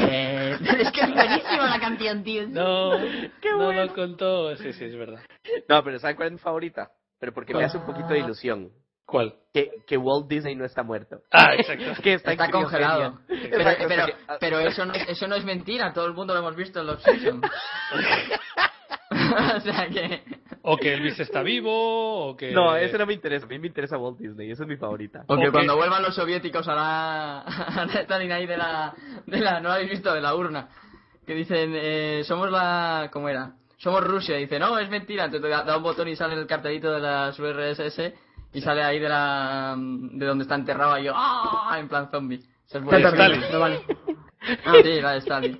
es que es buenísima la canción, tío.
No, no lo contó. Sí, sí, es verdad.
No, pero ¿saben cuál es mi favorita? Pero porque me hace un poquito de ilusión.
¿Cuál?
Que, que Walt Disney no está muerto.
Ah, exacto.
Que
Está,
está, en
congelado.
criogenia.
Pero,
Exacto,
pero,
porque- ah,
pero eso, no, eso no es mentira, todo el mundo lo hemos visto en los Simpsons. o sea que.
O que Elvis está vivo, o que...
No, eso no me interesa. A mí me interesa Walt Disney. Esa es mi favorita.
O que
Ok.
cuando vuelvan los soviéticos a la. a la Stalin ahí de la. De la no lo habéis visto, de la urna. Que dicen, eh, somos la. ¿Cómo era? Somos Rusia. Y dice, no, es mentira. Entonces te da, da un botón y sale el cartelito de las URSS. Y sale ahí de la. De donde está enterrado. Y yo, ¡ah! En plan zombie. Eso es
Está
buenísimo.
terrible.
No vale.
Ah, sí, la de Stalin.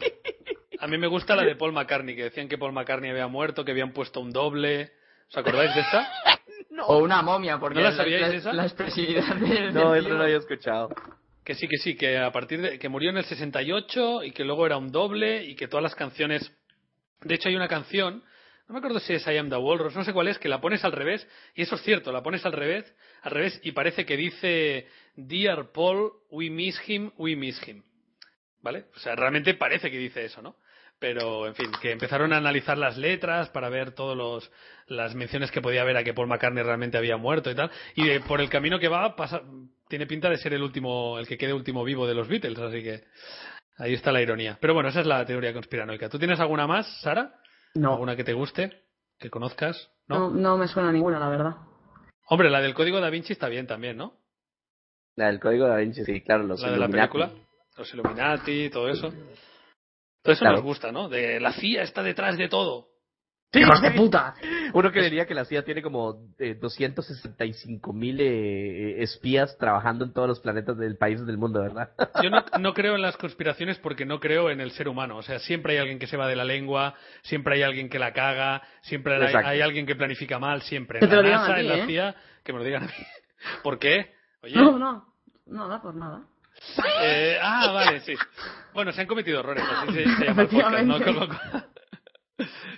A mí me gusta la de Paul McCartney, que decían que Paul McCartney había muerto, que habían puesto un doble. ¿Os acordáis de esta?
O una momia, porque
¿No la
es
sabíais esa?
la expresividad del.
No,
del
eso no
tío.
lo había escuchado.
Que sí, que sí, que a partir de... que murió en el 68 y que luego era un doble y que todas las canciones... De hecho, hay una canción, no me acuerdo si es I Am The Walrus, no sé cuál es, que la pones al revés, y eso es cierto, la pones al revés, al revés, y parece que dice Dear Paul, we miss him, we miss him. ¿Vale? O sea, realmente parece que dice eso, ¿no? Pero, en fin, que empezaron a analizar las letras para ver todas las menciones que podía haber a que Paul McCartney realmente había muerto y tal. Y de- por el camino que va, pasa- tiene pinta de ser el último, el que quede último vivo de los Beatles, así que ahí está la ironía. Pero bueno, esa es la teoría conspiranoica. ¿Tú tienes alguna más, Sara?
No,
¿Alguna que te guste? ¿Que conozcas?
no, no me suena ninguna, la verdad.
Hombre, la del código da Vinci está bien también, ¿no?
La del código de da Vinci, sí, claro, los
la de la
Illuminati.
película. Los Illuminati, todo eso. Todo eso
Claro.
nos gusta, ¿no? De la CIA está detrás de todo.
¡Hijos de puta!
Uno que diría que la CIA tiene como eh, 265 mil eh, espías trabajando en todos los planetas del país del mundo, ¿verdad?
Yo no, no creo en las conspiraciones porque no creo en el ser humano. O sea, siempre hay alguien que se va de la lengua, siempre hay alguien que la caga, siempre hay,
Exacto.
hay alguien que planifica mal, siempre.
Que
En
te
la
lo digan a
NASA,
ti,
en la
¿eh?
CIA, que me lo digan a mí. ¿Por qué? Oye,
No, no, no, no por nada.
Eh, ah, vale, sí. Bueno, se han cometido errores, así se, se llama el podcast, ¿no? Con lo, cual,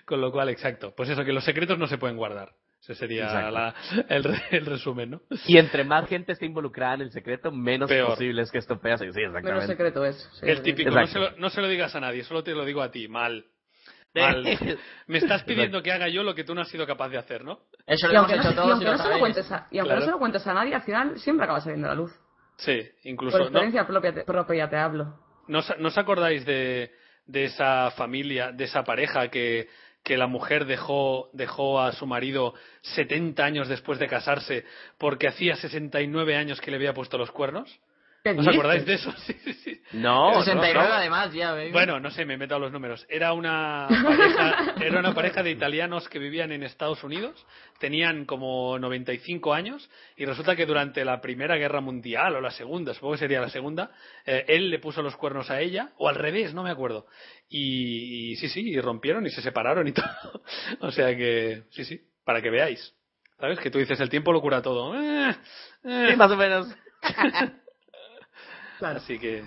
con lo cual, exacto. Pues eso, que los secretos no se pueden guardar. Ese sería
Exacto.
la- el, re- el resumen, ¿no?
Y entre más gente esté involucrada en el secreto, menos
Peor.
posible es que esto pase. Sí,
Menos
exactamente.
secreto es. sí,
El
sí.
típico, no se,
Exacto.
lo, no se lo digas a nadie, solo te lo digo a ti, mal. Mal. Me estás pidiendo que haga yo lo que tú no has sido capaz de hacer, ¿no?
Eso
Y
lo hemos
aunque no
hecho
se- y
todos y
aunque
lo
no se lo
sabéis.
cuentes a- y aunque no
Claro.
se lo cuentes a nadie, al final siempre acaba saliendo a la luz.
Sí,
Por
incluso. ¿no?
experiencia propia, te, propia te hablo.
¿No os, no os acordáis de, de esa familia, de esa pareja que, que la mujer dejó, dejó a su marido 70 años después de casarse porque hacía 69 años que le había puesto los cuernos?
¿Qué
¿No os
dices?
acordáis de eso? Sí, sí, sí.
No, no,
69
no.
además, ya, baby.
Bueno, no sé, me he metido a los números. Era una pareja, era una pareja de italianos que vivían en Estados Unidos, tenían como 95 años y resulta que durante la Primera Guerra Mundial o la Segunda, supongo que sería la Segunda, eh, él le puso los cuernos a ella o al revés, no me acuerdo. Y, y sí, sí, y rompieron y se separaron y todo. O sea que, sí, sí, para que veáis. ¿Sabes? Que tú dices, el tiempo lo cura todo. Eh, eh.
Sí, más o menos.
Claro.
Así que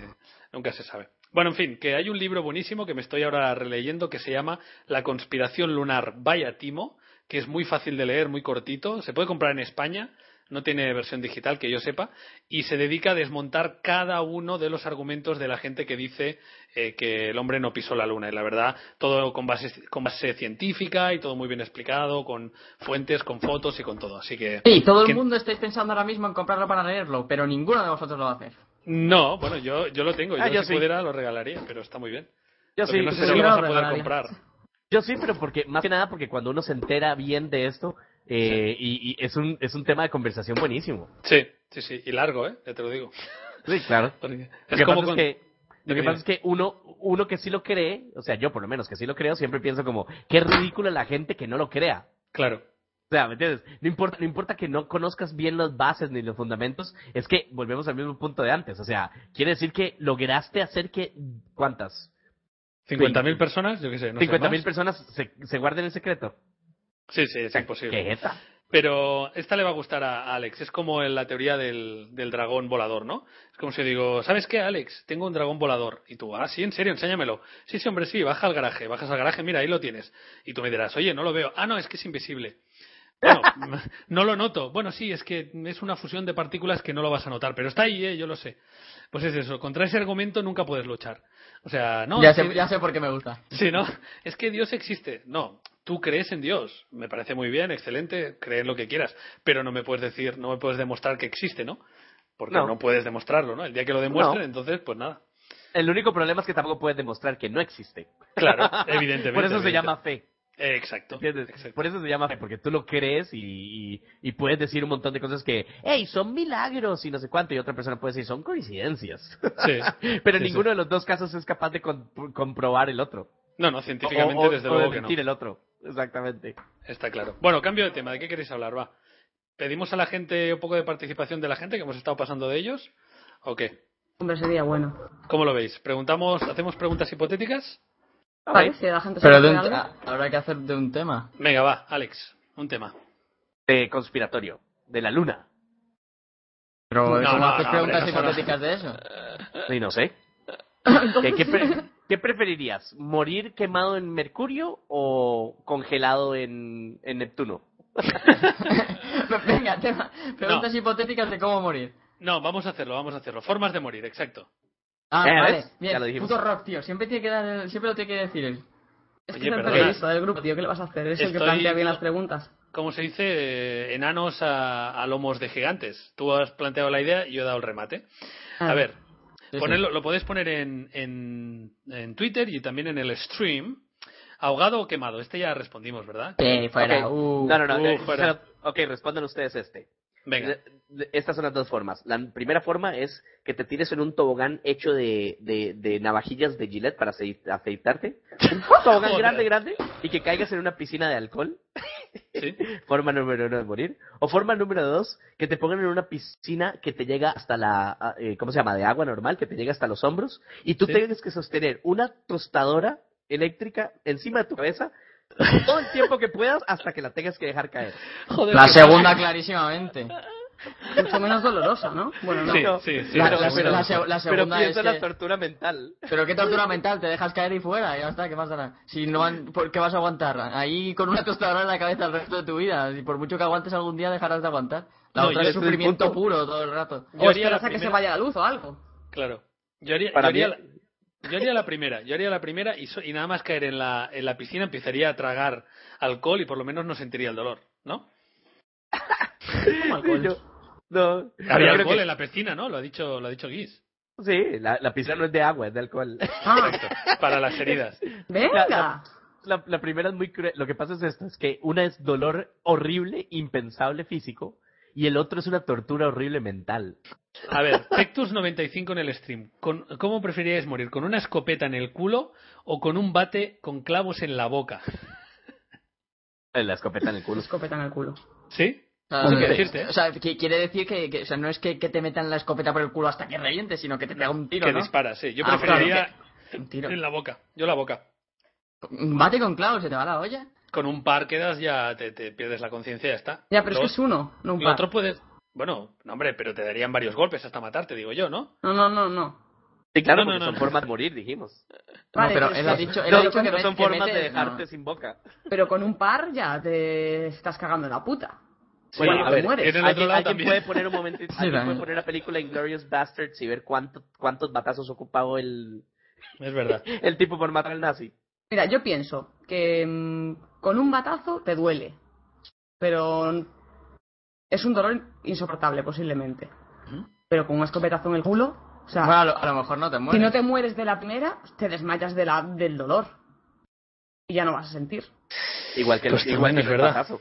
nunca se sabe. Bueno, en fin, que hay un libro buenísimo que me estoy ahora releyendo que se llama La conspiración lunar vaya Timo, que es muy fácil de leer, muy cortito, se puede comprar en España, no tiene versión digital que yo sepa, y se dedica a desmontar cada uno de los argumentos de la gente que dice eh, que el hombre no pisó la luna. Y la verdad, todo con base, con base científica y todo muy bien explicado, con fuentes, con fotos y con todo. Así que
Sí, todo
que-
el mundo estáis pensando ahora mismo en comprarlo para leerlo, pero ninguno de vosotros lo va a hacer.
no, bueno, yo, yo lo tengo, yo,
Ah, yo
si
sí.
pudiera lo regalaría, pero está muy bien.
Yo
Lo que
sí,
no sé
pero-
si lo
yo
vas a
lo
poder
regalaría.
comprar.
Yo sí, pero porque, más que nada, porque cuando uno se entera bien de esto, eh, y, y es, un, es un tema de conversación buenísimo.
Sí, sí, sí. Y largo, ¿eh? Ya te lo digo.
Sí, claro.
Porque
Lo
es
que,
como
pasa
con-
es que, lo
Dime,
que
dime.
pasa es que uno, uno que sí lo cree, o sea, yo por lo menos que sí lo creo, siempre pienso como, qué ridícula la gente que no lo crea.
Claro.
O sea, ¿me entiendes? No importa, no importa que no conozcas bien las bases ni los fundamentos, es que volvemos al mismo punto de antes. O sea, quiere decir que lograste hacer que, ¿cuántas?
50.000 personas, yo qué sé. No sé,
50.000
más.
personas se, se guarden el secreto.
Sí, sí, es
Qué
imposible.
jeta.
Pero esta le va a gustar a Alex. Es como en la teoría del, del dragón volador, ¿no? Es como si digo, ¿sabes qué, Alex? Tengo un dragón volador. Y tú, ah, sí, en serio, enséñamelo. Sí, sí, hombre, sí, baja al garaje. Bajas al garaje, mira, ahí lo tienes. Y tú me dirás, oye, no lo veo. Ah, no, es que es invisible. Bueno, no lo noto. Bueno, sí, es que es una fusión de partículas que no lo vas a notar, pero está ahí, ¿eh? yo lo sé. Pues es eso, contra ese argumento nunca puedes luchar. O sea, no.
ya,
es
sé,
que-
ya sé por qué me gusta.
Sí, ¿no? Es que Dios existe. No, tú crees en Dios. Me parece muy bien, excelente, cree en lo que quieras. Pero no me puedes decir, no me puedes demostrar que existe, ¿no? Porque no,
No.
puedes demostrarlo, ¿no? El día que lo demuestren,
No.
entonces, pues nada.
El único problema es que tampoco puedes demostrar que no existe.
Claro, evidentemente.
Por eso se
evidente-
llama fe.
Eh, Exacto.
¿Entiendes?
exacto.
Por eso se llama fe, porque tú lo crees y, y- y puedes decir un montón de cosas que, hey, son milagros y no sé cuánto, y otra persona puede decir, son coincidencias.
Sí.
Pero
Sí, sí.
en ninguno de los dos casos es capaz de con- comprobar el otro.
No, no, científicamente,
O- o-
desde
o
luego
de
que no.
mentir el otro. Exactamente.
Está claro. Bueno, cambio de tema. ¿De qué queréis hablar? Va. ¿Pedimos a la gente un poco de participación de la gente que hemos estado pasando de ellos? ¿O qué?
Hombre, sería bueno.
¿Cómo lo veis? ¿Preguntamos, hacemos preguntas hipotéticas?
Vale, si la gente se
Pero
hace
de un-
algo.
ah, habrá que hacer de un tema.
Venga, va, Alex, un tema.
Eh, conspiratorio. De la luna.
Pero
No,
¿cómo
no,
haces
no,
preguntas
hombre, no,
hipotéticas de eso?
Sí, no sé. ¿Qué, qué pre- qué preferirías? ¿Morir quemado en Mercurio o congelado en, en Neptuno?
Venga, tema. Preguntas hipotéticas de cómo morir.
No, vamos a hacerlo, vamos a hacerlo. Formas de morir, exacto.
Ah,
Eh,
vale.
¿ves?
Bien,
Ya lo dijimos.
puto rock, tío. Siempre tiene que dar el- siempre lo tiene que decir él.
Es
Oye,
que es el
perdona.
periodista del grupo, tío. ¿Qué le vas a hacer? Es el que
Estoy-
plantea bien las preguntas.
¿Cómo se dice? Eh, Enanos a, a lomos de gigantes. Tú has planteado la idea y yo he dado el remate. A
Ah.
ver,
Sí,
ponerlo, lo podéis poner en, en, en Twitter y también en el stream. ¿Ahogado o quemado? Este ya respondimos, ¿verdad?
Sí, fuera.
Ok.
uh.
No, no, no.
uh,
eh,
fuera.
pero- ok, respondan ustedes este.
Venga.
De- de- Estas son las dos formas. La primera forma es que te tires en un tobogán hecho de, de, de navajillas de Gillette para acei- afeitarte. Un tobogán
Joder.
grande, grande. Y que caigas en una piscina de alcohol.
¿Sí?
Forma número uno de morir. O forma número dos, que te pongan en una piscina que te llega hasta la, a- eh, ¿cómo se llama? De agua normal, que te llega hasta los hombros. Y tú
Sí.
tienes que sostener una tostadora eléctrica encima de tu cabeza todo el tiempo que puedas hasta que la tengas que dejar caer.
Joder,
La
qué
segunda clarísimamente.
Mucho menos dolorosa, ¿no? Bueno, no.
Sí, sí, sí.
La-
la
la-
segunda.
la- se-
pero
segunda
piensa
es
la
que-
tortura mental.
Pero qué tortura mental, te dejas caer y fuera, ya está, ¿qué más dará? Si no, han- ¿por ¿qué vas a aguantar? Ahí con una tostadora en la cabeza el resto de tu vida, y por mucho que aguantes algún día dejarás de aguantar. La
No,
otra
yo
es
estoy
sufrimiento
junto.
puro todo el rato.
Yo
O
haría la
esperas a que se
primera.
vaya la luz o algo.
Claro. Yo haría,
Para
yo haría
mí-
la, yo haría la primera, yo haría la primera y, so- y nada más caer en la, en la piscina empezaría a tragar alcohol y por lo menos no sentiría el dolor, ¿no?
Como alcohol.
Yo- no.
Había
Yo creo
alcohol
que-
en la piscina, ¿no? Lo ha dicho, lo ha dicho Guis.
Sí, la, la piscina no es de agua, es de alcohol.
Ah,
Para las heridas.
venga.
la- La, la primera es muy cruel. Lo que pasa es esto, es que una es dolor horrible, impensable físico, y el otro es una tortura horrible mental.
A ver, Pectus95 en el stream. Con- ¿Cómo preferiríais morir? ¿Con una escopeta en el culo o con un bate con clavos en la boca?
Eh, La escopeta en el culo.
Escopeta en el culo.
¿Sí?
Ah,
Sí,
eh,
decirte, ¿eh?
o sea, que quiere decir que, que- o sea, no es que, que te metan la escopeta por el culo hasta que revientes, sino que te pega un tiro,
que
¿no?
dispara, sí. Yo
Ah,
preferiría
Un tiro.
en la boca. Yo la boca.
Bate con clavos, se te va la olla.
Con un par quedas ya te, te pierdes la conciencia y ya está.
Ya,
Lo-
pero es que es uno, no un
lo
par.
otro puedes... Bueno, no, hombre, pero te darían varios golpes hasta matarte, digo yo, ¿no?
No, no, no, no.
Sí, claro,
No, no,
porque
no,
son
no.
formas de morir, dijimos.
no, pero
Vale, pero
él
es
ha
que-
dicho, él
No,
ha dicho que
no
me-
son
que
formas de
metes-
dejarte
no.
sin boca.
Pero con un par ya te estás cagando en la puta.
Bueno,
Oye,
a
te
ver,
mueres.
en el otro
Alguien,
lado
alguien
también.
puede poner un momento, alguien
también.
puede poner la película Inglorious Bastards y ver cuánto, cuántos batazos ocupaba el,
Es verdad.
el tipo por matar al nazi.
Mira, yo pienso que mm, con un batazo te duele, pero es un dolor insoportable posiblemente. Pero con un escopetazo en el culo, o
Ah.
sea,
Bueno, a lo, a lo mejor no te
si
mueres.
no te mueres de la primera, te desmayas de la, del dolor. Y ya no vas a sentir.
Igual que el,
Pues
igual
también
que
es
el
verdad.
batazo.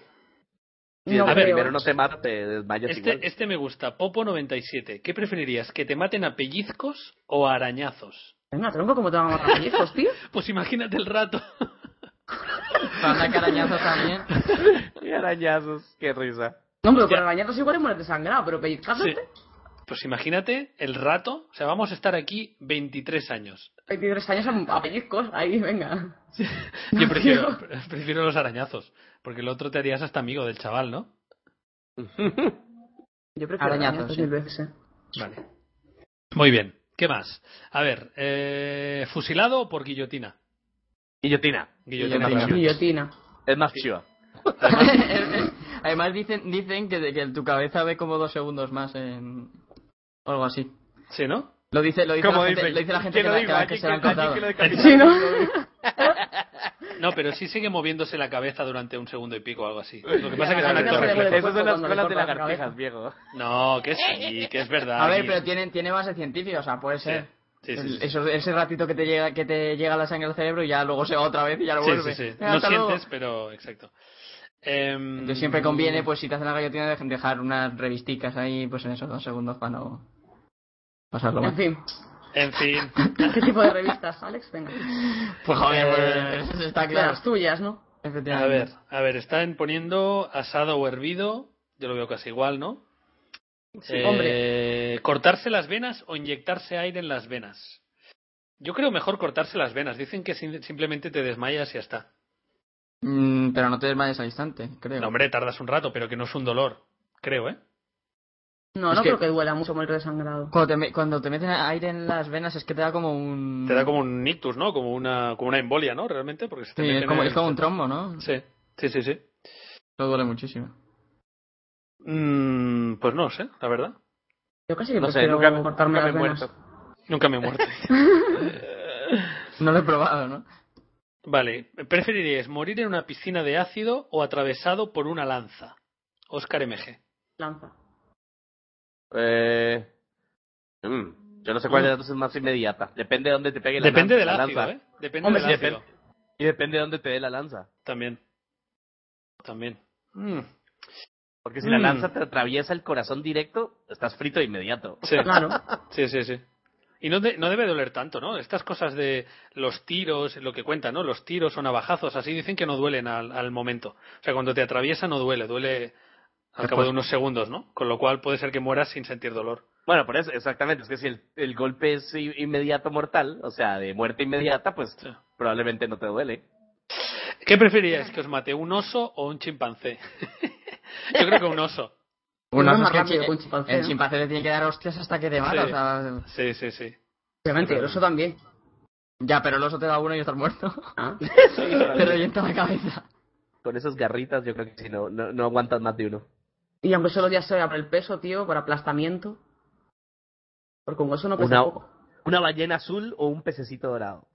Si
No
desde
creo.
primero no te mata, te desmayas igual.
Este, este me gusta. Popo97. ¿Qué preferirías? ¿Que te maten a pellizcos o a arañazos?
Venga, tronco, ¿cómo te van a matar pellizcos, tío?
Pues imagínate el rato.
Anda carañazo también.
Y arañazos, qué risa.
No, pero con arañazos igual mueres desangrado, pero pellizcazos
Sí. Pues imagínate el rato, o sea, vamos a estar aquí 23 años.
23 años a, a pellizcos, ahí, venga.
Yo prefiero, prefiero los arañazos, porque el otro te harías hasta amigo del chaval, ¿no?
Yo prefiero
Arañazos,
arañazos
sí.
mil veces, eh.
Vale. Muy bien, ¿qué más? A ver, eh, ¿fusilado o por guillotina?
Guillotina.
Guillotina.
Guillotina.
claro.
Guillotina.
Es más chiva.
Además dicen, dicen que, que tu cabeza ve como dos segundos más en... O algo así.
Sí, ¿no?
Lo dice, lo dice, la, gente, lo dice la gente que, la- que la- que se la han contado.
Sí, ¿no?
No, pero sí sigue moviéndose la cabeza durante un segundo y pico o algo así. Lo que pasa es que
Ya,
son
ya,
actos
ya, ya, ya.
reflejos.
Esas son las
Cuando le
colas de
cortan la
lagartijas,
cabeza.
viejo.
No, que sí, que es verdad.
A ver,
y-
pero tiene, tiene base científica, o sea, puede
Sí,
ser.
sí, sí, sí.
Eh, Eso- ese ratito que te llega que te llega la sangre al cerebro y ya luego se va otra vez y ya lo
Sí,
vuelve.
sí, sí.
Venga,
No
hasta luego.
sientes, pero exacto. Em,
Entonces siempre conviene, pues si te hacen la guillotina, de- dejar unas revisticas ahí, pues en esos dos segundos para no pasarlo
En
mal.
fin.
En fin.
¿Qué tipo de revistas, Alex? Venga.
Pues
Eh,
joder, pues, está claro.
Las tuyas, ¿no?
A
Efectivamente.
ver, a ver, están poniendo asado o hervido, yo lo veo casi igual, ¿no? Eh, Cortarse las venas o inyectarse aire en las venas. Yo creo mejor cortarse las venas. Dicen que sin- simplemente te desmayas y ya está.
Mm, pero no te desmayes al instante, creo.
No, hombre, tardas un rato, pero que no es un dolor. Creo, ¿eh?
No,
Es
no
que-
creo que duela mucho morir desangrado.
Cuando te, me- cuando te meten aire en las venas es que te da como un...
Te da como un ictus, ¿no? Como una, como una embolia, ¿no? Realmente, porque se te
Sí,
mete
es
en
como,
el-
es como un trombo, ¿no?
Sí, sí, sí. sí.
Eso duele muchísimo.
Mm, pues no sé, la verdad.
Yo casi que
No sé,
prefiero
nunca, me-
cortarme
nunca me he
las venas.
muerto.
Nunca me he muerto.
No lo he probado, ¿no?
Vale, ¿preferirías morir en una piscina de ácido o atravesado por una lanza? Oscar MG.
Lanza.
Eh, mm, yo no sé cuál de las dos es más inmediata. Depende de dónde te pegue la,
Depende del
lan- la
ácido,
lanza.
¿eh? Depende
Hombre,
del
sí,
ácido.
Y depende de dónde te dé la lanza.
También. También. Mm,
Porque si la
Mm.
lanza te atraviesa el corazón directo, estás frito de inmediato.
Sí,
Claro.
sí, sí. sí. Y no, de- no debe doler tanto, ¿no? Estas cosas de los tiros, lo que cuentan, ¿no? Los tiros o navajazos, así dicen que no duelen al, al momento. O sea, cuando te atraviesa no duele, duele al cabo de unos segundos, ¿no? Con lo cual puede ser que mueras sin sentir dolor.
Bueno, por eso, exactamente. Es que si el, el golpe es i- inmediato mortal, o sea, de muerte inmediata, pues
Sí.
probablemente no te duele.
¿Qué preferías? ¿Que os mate un oso o un chimpancé? Yo creo que un oso.
Uno
Uno
es
más
más
que el
rápido
chi-
que un chimpancé,
El
¿no?
chimpancé le tiene que dar hostias hasta que te mata,
Sí.
o sea,
Sí, sí, sí.
Obviamente, el oso también.
Ya, pero el oso te da uno y estás muerto.
Ah.
te revienta la cabeza.
Con esas garritas, yo creo que si no, no, no aguantas más de uno.
Y aunque solo ya sea por el peso, tío, por aplastamiento. Porque un oso no pesa
Una-
poco.
¿Una ballena azul o un pececito dorado?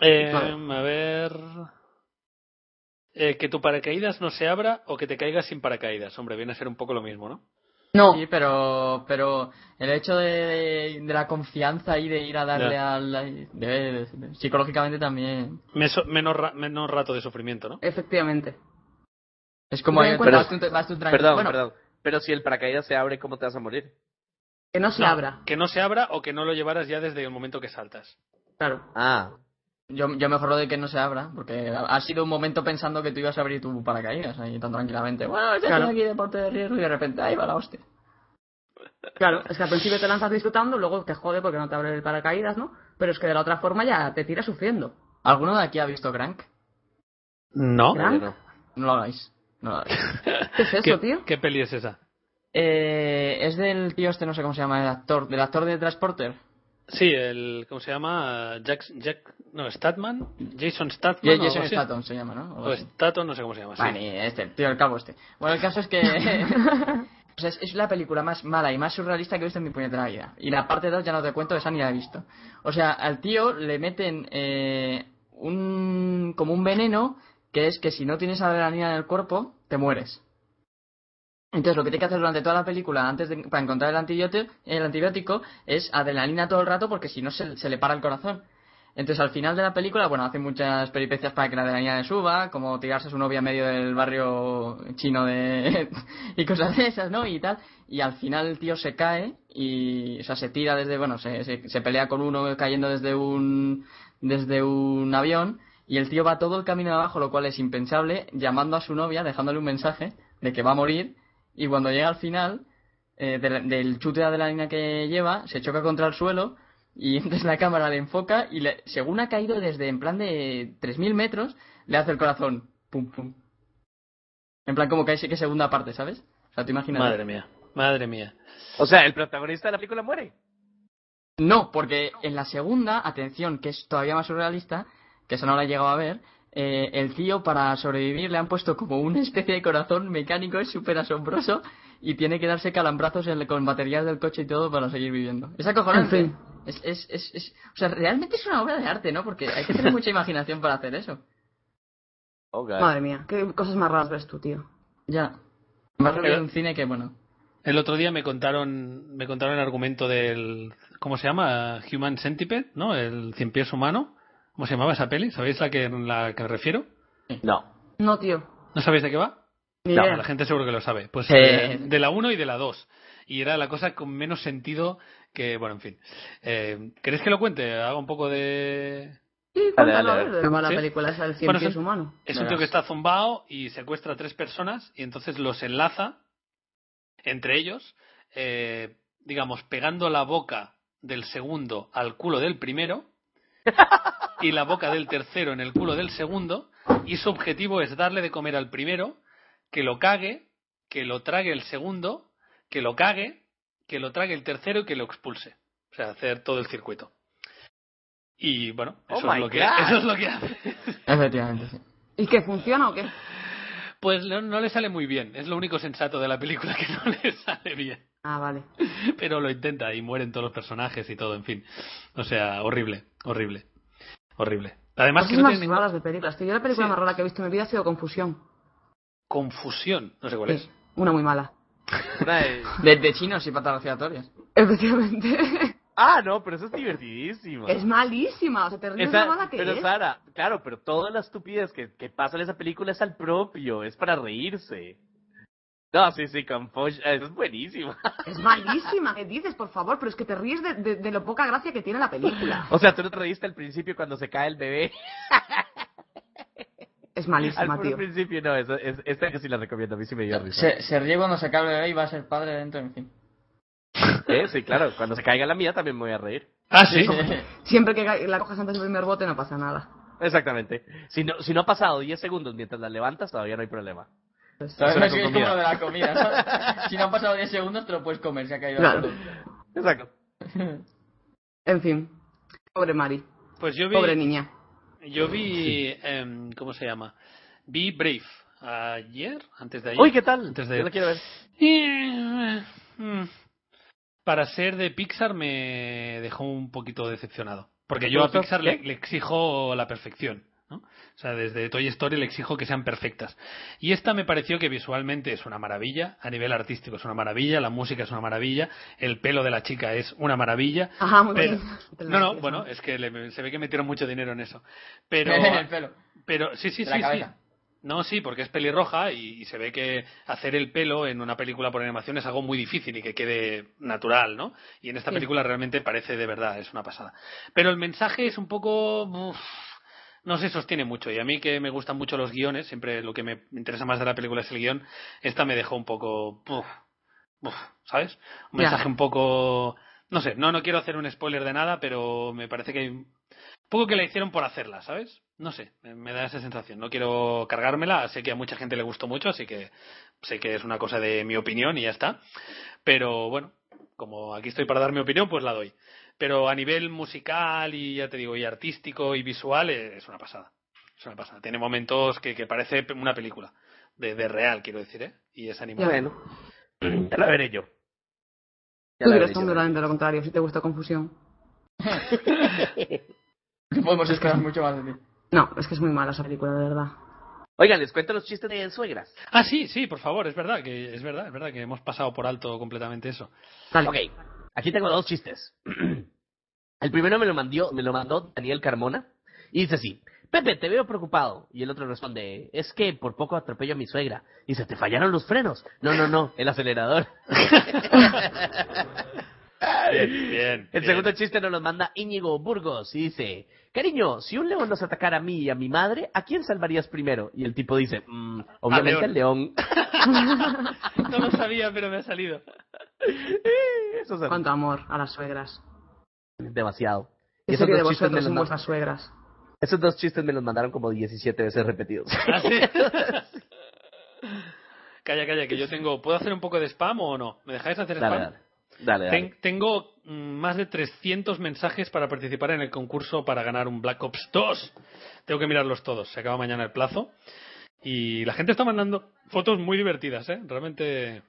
Eh,
Vale.
A ver. Eh, que tu paracaídas no se abra o que te caigas sin paracaídas. Hombre, viene a ser un poco lo mismo, ¿no?
No,
Sí, pero, pero el hecho de, de la confianza y de ir a darle al... de- de- psicológicamente también.
Me so- menos, ra- menos rato de sufrimiento, ¿no?
efectivamente.
Es como...
Ten en
eh,
cuenta-
vas tú- vas tú tranquilo.
Perdón,
Bueno,
perdón. Pero si el paracaídas se abre, ¿cómo te vas a morir?
Que no se
No,
abra,
Que no se abra o que no lo llevaras ya desde el momento que saltas.
claro.
Ah,
Yo, yo mejor lo de que no se abra, porque ha sido un momento pensando que tú ibas a abrir tu paracaídas ahí tan tranquilamente. Bueno, estoy
Claro.
aquí deporte de riesgo y de repente ahí va la hostia.
Claro, es que al principio te lanzas disfrutando, luego te jode porque no te abre el paracaídas, ¿no? Pero es que de la otra forma ya te tiras sufriendo.
¿Alguno de aquí ha visto Crank?
¿No?
Gran-
bueno.
No lo hagáis. No lo hagáis.
¿Qué es eso,
¿Qué,
tío?
qué peli es esa?
Eh, es del tío este, no sé cómo se llama, el actor, del actor de Transporter.
Sí, el. ¿Cómo se llama? Jack. Jack no, Statman. Jason Statman.
Ja-
o algo
Jason
así.
Statham se llama, ¿no? Algo
O
así.
Statham, no sé cómo se llama. sí.
Bueno, y este, el tío, el cabo este. Bueno, el caso es que... o sea, es, es la película más mala y más surrealista que he visto en mi puñetera vida. Y la parte 2 ya no te cuento, esa ni la he visto. O sea, al tío le meten eh, un... como un veneno que es que si no tienes adrenalina en el cuerpo, te mueres. Entonces lo que tiene que hacer durante toda la película, antes de, para encontrar el antibiótico, el antibiótico, es adrenalina todo el rato porque si no se, se le para el corazón. Entonces al final de la película, bueno, hace muchas peripecias para que la adrenalina le suba, como tirarse a su novia en medio del barrio chino de... y cosas de esas, ¿no? Y tal. Y al final el tío se cae y, o sea, se tira desde, bueno, se, se, se pelea con uno cayendo desde un, desde un avión y el tío va todo el camino de abajo, lo cual es impensable, llamando a su novia, dejándole un mensaje de que va a morir y cuando llega al final, eh, de la- del chute de adrenalina que lleva, se choca contra el suelo y entonces la cámara le enfoca y le- según ha caído desde en plan de 3.000 metros, le hace el corazón. Pum, pum. En plan como que hay sí que segunda parte, ¿sabes? O sea, te imaginas.
Madre mía. Madre mía.
O sea, el protagonista de la película muere.
No, porque en la segunda, atención, que es todavía más surrealista, que eso no la he llegado a ver, eh, el tío para sobrevivir le han puesto como una especie de corazón mecánico, es súper asombroso, y tiene que darse calambrazos en- con material del coche y todo para seguir viviendo. Es acojonante.
En fin.
Es, es, es, es- o sea, realmente es una obra de arte, ¿no? Porque hay que tener mucha imaginación para hacer eso.
Oh, God.
Madre mía, qué cosas más raras ves tú, tío.
Ya. Más que
Pero-
un cine que, bueno.
El otro día me contaron, me contaron el argumento del, ¿cómo se llama? Human Centipede, ¿no? El cien pies humano. ¿Cómo se llamaba esa peli? ¿Sabéis la que, la que me refiero?
No.
No, tío.
¿No sabéis de qué va?
Ni
No,
idea.
La gente seguro que lo sabe. Pues
Sí.
eh, de la 1 y de la 2. Y era la cosa con menos sentido que, bueno, en fin. Eh, ¿Queréis que lo cuente? Haga un poco de...
Sí,
Dale,
cuéntalo,
dale,
a ver, de mala
Sí.
película esa del cien
Bueno,
pies
son-
humano.
Es un
Verás.
tío que está zumbado y secuestra a tres personas y entonces los enlaza entre ellos, eh, digamos, pegando la boca del segundo al culo del primero y la boca del tercero en el culo del segundo y su objetivo es darle de comer al primero, que lo cague, que lo trague el segundo, que lo cague, que lo trague el tercero y que lo expulse. O sea, hacer todo el circuito. Y bueno, eso,
Oh
es
my
lo que,
God.
eso es lo que hace.
Efectivamente, sí.
¿Y qué? ¿Funciona o qué?
Pues no, no le sale muy bien. Es lo único sensato de la película que no le sale bien.
Ah, vale.
Pero lo intenta y mueren todos los personajes y todo, en fin. O sea, horrible, horrible, horrible. Además, que
Cosas
no
más
tiene ninguna
raras de películas. tío. Yo la película
Sí.
más rara que he visto en mi vida ha sido Confusión.
confusión. No sé cuál es.
Sí, una muy mala.
Una de-
De, de chinos y patas giratorias.
Efectivamente.
Ah, no, pero eso es divertidísimo.
es malísima. O sea, te ríes de
Esa-
lo mala que
pero
es.
Sara, claro, pero toda la estupidez que, que pasa en esa película es al propio, es para reírse. No, sí, sí, Confusion, es buenísima.
Es malísima. ¿Qué dices, por favor? Pero es que te ríes de, de- de lo poca gracia que tiene la película.
O sea, tú no te reíste al principio cuando se cae el bebé.
Es
Al
malísima,
puro
tío.
principio, no, esa- es, esta que sí la recomiendo, a mí sí me dio risa.
Se, se ríe cuando se cae el bebé y va a ser padre dentro, en fin.
Eh, Sí, claro, cuando se caiga la mía también me voy a reír.
Ah, sí.
Siempre que ca- la cojas antes del primer bote no pasa nada.
Exactamente. Si no, si no ha pasado 10 segundos mientras la levantas, todavía no hay problema.
¿Sabes?
Eso
Es,
con
como
comida.
lo de la comida. ¿sabes? Si no han pasado 10 segundos, te lo puedes comer. Se ha caído
Claro.
Exacto.
En fin. Pobre Mari.
Pues yo vi.
Pobre niña.
Yo vi. em, ¿Cómo se llama? Vi Brave. Ayer, antes de ayer.
Uy, ¿qué tal?
Antes de-
Yo la quiero ver.
Eh, mm. Para ser de Pixar me dejó un poquito decepcionado. Porque yo a
¿Por qué?
Pixar le, le exijo la perfección. ¿no? O sea, desde Toy Story le exijo que sean perfectas. Y esta me pareció que visualmente es una maravilla, a nivel artístico es una maravilla, la música es una maravilla, el pelo de la chica es una maravilla.
Ajá, muy
Pero-
bien. Te lo
No, no,
decía,
bueno, es que le- se ve que metieron mucho dinero en eso. Pero,
el pelo.
pero sí, sí,
de la
sí, sí.
cabeza.
No, sí, porque es pelirroja y, y se ve que hacer el pelo en una película por animación es algo muy difícil y que quede natural, ¿no? Y en esta
Sí.
película realmente parece de verdad, es una pasada. Pero el mensaje es un poco... uf, no se sostiene mucho y a mí que me gustan mucho los guiones, siempre lo que me interesa más de la película es el guión, esta me dejó un poco... uf, uf, ¿Sabes? Un
Ya.
mensaje un poco... No sé, no, no quiero hacer un spoiler de nada, pero me parece que hay poco que la hicieron por hacerla, ¿sabes? No sé, me- me da esa sensación. No quiero cargármela, sé que a mucha gente le gustó mucho, así que sé que es una cosa de mi opinión y ya está. Pero bueno, como aquí estoy para dar mi opinión, pues la doy. Pero a nivel musical y ya te digo, y artístico y visual, eh, es una pasada. Es una pasada. Tiene momentos que, que parece pe- una película. De, de real, quiero decir, ¿eh? Y es animada.
Bueno, ya la veré yo. Ya
Tú
la
dirás
veré yo.
completamente lo contrario, si te gusta Confusión.
No podemos esperar mucho más de ti.
No, es que es muy mala esa película, de verdad.
Oigan, les cuento los chistes de suegras.
Ah, sí, sí, por favor, es verdad, que es verdad, es verdad que hemos pasado por alto completamente eso.
Dale.
Ok, aquí tengo dos chistes. El primero me lo, mandió, me lo mandó Daniel Carmona y dice así, Pepe, te veo preocupado. Y el otro responde, es que por poco atropello a mi suegra. Y se te fallaron los frenos. No, no, no, el acelerador.
Bien, bien.
El
bien.
segundo chiste nos lo manda Íñigo Burgos y dice, cariño, si un león nos atacara a mí y a mi madre, ¿a quién salvarías primero? Y el tipo dice, "Mm, obviamente
Al
al león.
No lo sabía, pero me ha salido.
Eso es
Cuánto amor a las suegras.
demasiado. Y
¿Qué
esos
sería de
dos, chistes me
vosotros
los
sin
man-
vuestras suegras?
esos dos chistes me los mandaron como 17 veces repetidos.
¿Ah, sí? calla, calla, que yo tengo. ¿Puedo hacer un poco de spam o no? ¿Me dejáis hacer spam?
Dale, dale. Dale, dale.
Ten- tengo mm, más de 300 mensajes para participar en el concurso para ganar un Black Ops 2. Tengo que mirarlos todos. Se acaba mañana el plazo. Y la gente está mandando fotos muy divertidas, ¿eh? Realmente.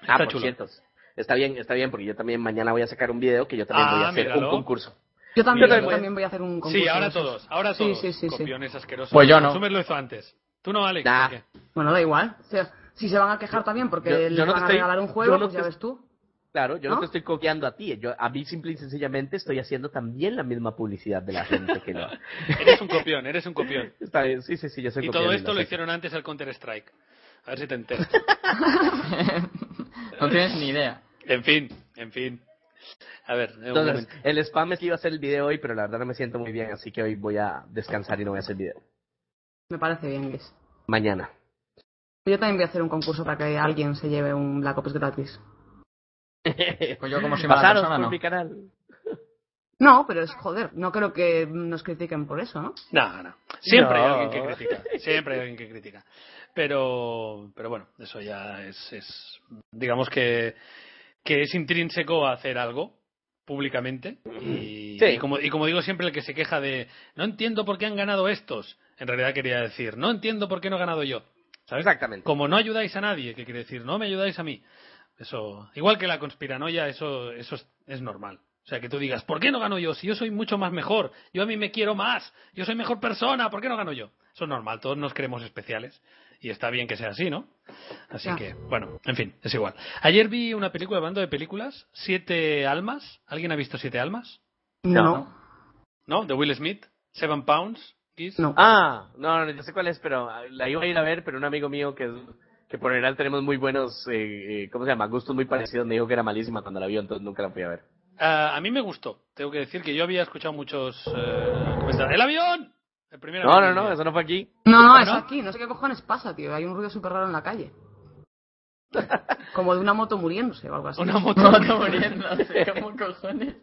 ah,
está
por
chulo.
cierto. Está bien, está bien, porque yo también mañana voy a sacar un video que yo también
Ah,
voy a hacer
míralo.
un concurso.
Yo también,
Yo
yo también voy a hacer un concurso.
Sí, ahora
no sé.
todos. Ahora
Sí,
todos.
sí, sí, sí.
Copiones asquerosos.
Pues yo no.
Consumers lo hizo antes. Tú no, Alex.
Nah.
¿o qué?
Bueno, da igual. O sea, si se van a quejar también porque
Yo- yo
les
no
van a
estoy-
regalar un
yo
juego,
no
pues ya
te-
ves tú.
Claro, yo no,
¿No?
te estoy copiando a ti. Yo, a mí simple y sencillamente estoy haciendo también la misma publicidad de la gente que lo.
Eres un copión, eres un copión.
Está bien, sí, sí, sí, yo soy
Y
copiando,
todo esto
sé
lo
que-
hicieron antes al Counter Strike. A ver si te enteras.
No tienes ni idea.
en fin, en fin. A ver, eh, un
Entonces,
momento.
el spam es que iba a hacer el video hoy, pero la verdad no me siento muy bien, así que hoy voy a descansar y no voy a hacer video.
Me parece bien, Luis.
Mañana.
Yo también voy a hacer un concurso para que alguien se lleve un Black Ops gratis.
Pues yo como soy mala
Pasaros
persona,
por
no.
mi canal.
¿Eh?
No, pero es joder, no creo que nos critiquen por eso, ¿no?
No, no. Siempre hay
No.
alguien que critica. Siempre hay alguien que critica. Pero, pero bueno, eso ya es, es- digamos que, que es intrínseco a hacer algo públicamente. Y,
Sí.
y como, y como digo siempre, el que se queja de no entiendo por qué han ganado estos, en realidad quería decir no entiendo por qué no he ganado yo. ¿Sabes?
Exactamente.
Como no ayudáis a nadie, que quiere decir no me ayudáis a mí, Eso, igual que la conspiranoia, eso, eso es, es normal. O sea, que tú digas, ¿por qué no gano yo? Si yo soy mucho más mejor, yo a mí me quiero más, yo soy mejor persona, ¿por qué no gano yo? Eso es normal, todos nos creemos especiales. Y está bien que sea así, ¿no? Así
Ya.
que, bueno, en fin, es igual. Ayer vi una película, hablando de películas, Siete Almas. ¿Alguien ha visto Siete Almas?
No,
¿No? De Will Smith, Seven Pounds. Kiss.
no.
Ah, no, no, yo sé cuál es, pero ah, la iba a ir a ver, pero un amigo mío que, que por general tenemos muy buenos, eh, eh, ¿cómo se llama? Gustos muy parecidos, me dijo que era malísima cuando la vio, entonces nunca la fui a ver.
Ah, a mí me gustó. Tengo que decir que yo había escuchado muchos eh, comentarios. ¡El avión! El primer
No, no,
avión.
no, eso no fue aquí.
No, no, es
¿No?
aquí. No sé qué cojones pasa, tío. Hay un ruido súper raro en la calle. Como de una moto muriéndose o algo así.
Una moto.
Moto muriéndose, ¿cómo cojones?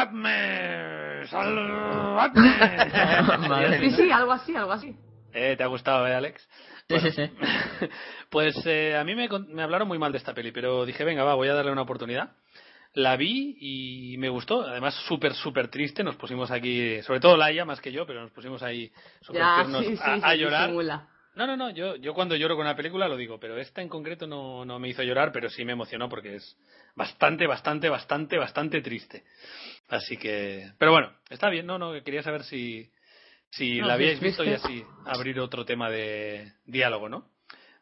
¡Salvadme! ¡Salvadme!
Madre
Sí, sí, algo así, algo así.
Eh, ¿Te ha gustado, eh, Alex?
Sí, sí, sí.
Pues eh, a mí me, con- me hablaron muy mal de esta peli, pero dije, venga, va, voy a darle una oportunidad. La vi y me gustó. Además, súper, súper triste. Nos pusimos aquí, sobre todo Laia, más que yo, pero nos pusimos ahí súper
Ya,
tiernos
sí, sí,
a,
sí,
a llorar.
disimula.
No, no, no. Yo, yo cuando lloro con una película lo digo, pero esta en concreto no, no me hizo llorar, pero sí me emocionó porque es bastante, bastante, bastante, bastante triste. Así que. Pero bueno, está bien, no, no. Quería saber si, si
No,
la
sí,
habíais
es
visto y
triste.
así abrir otro tema de diálogo, ¿no?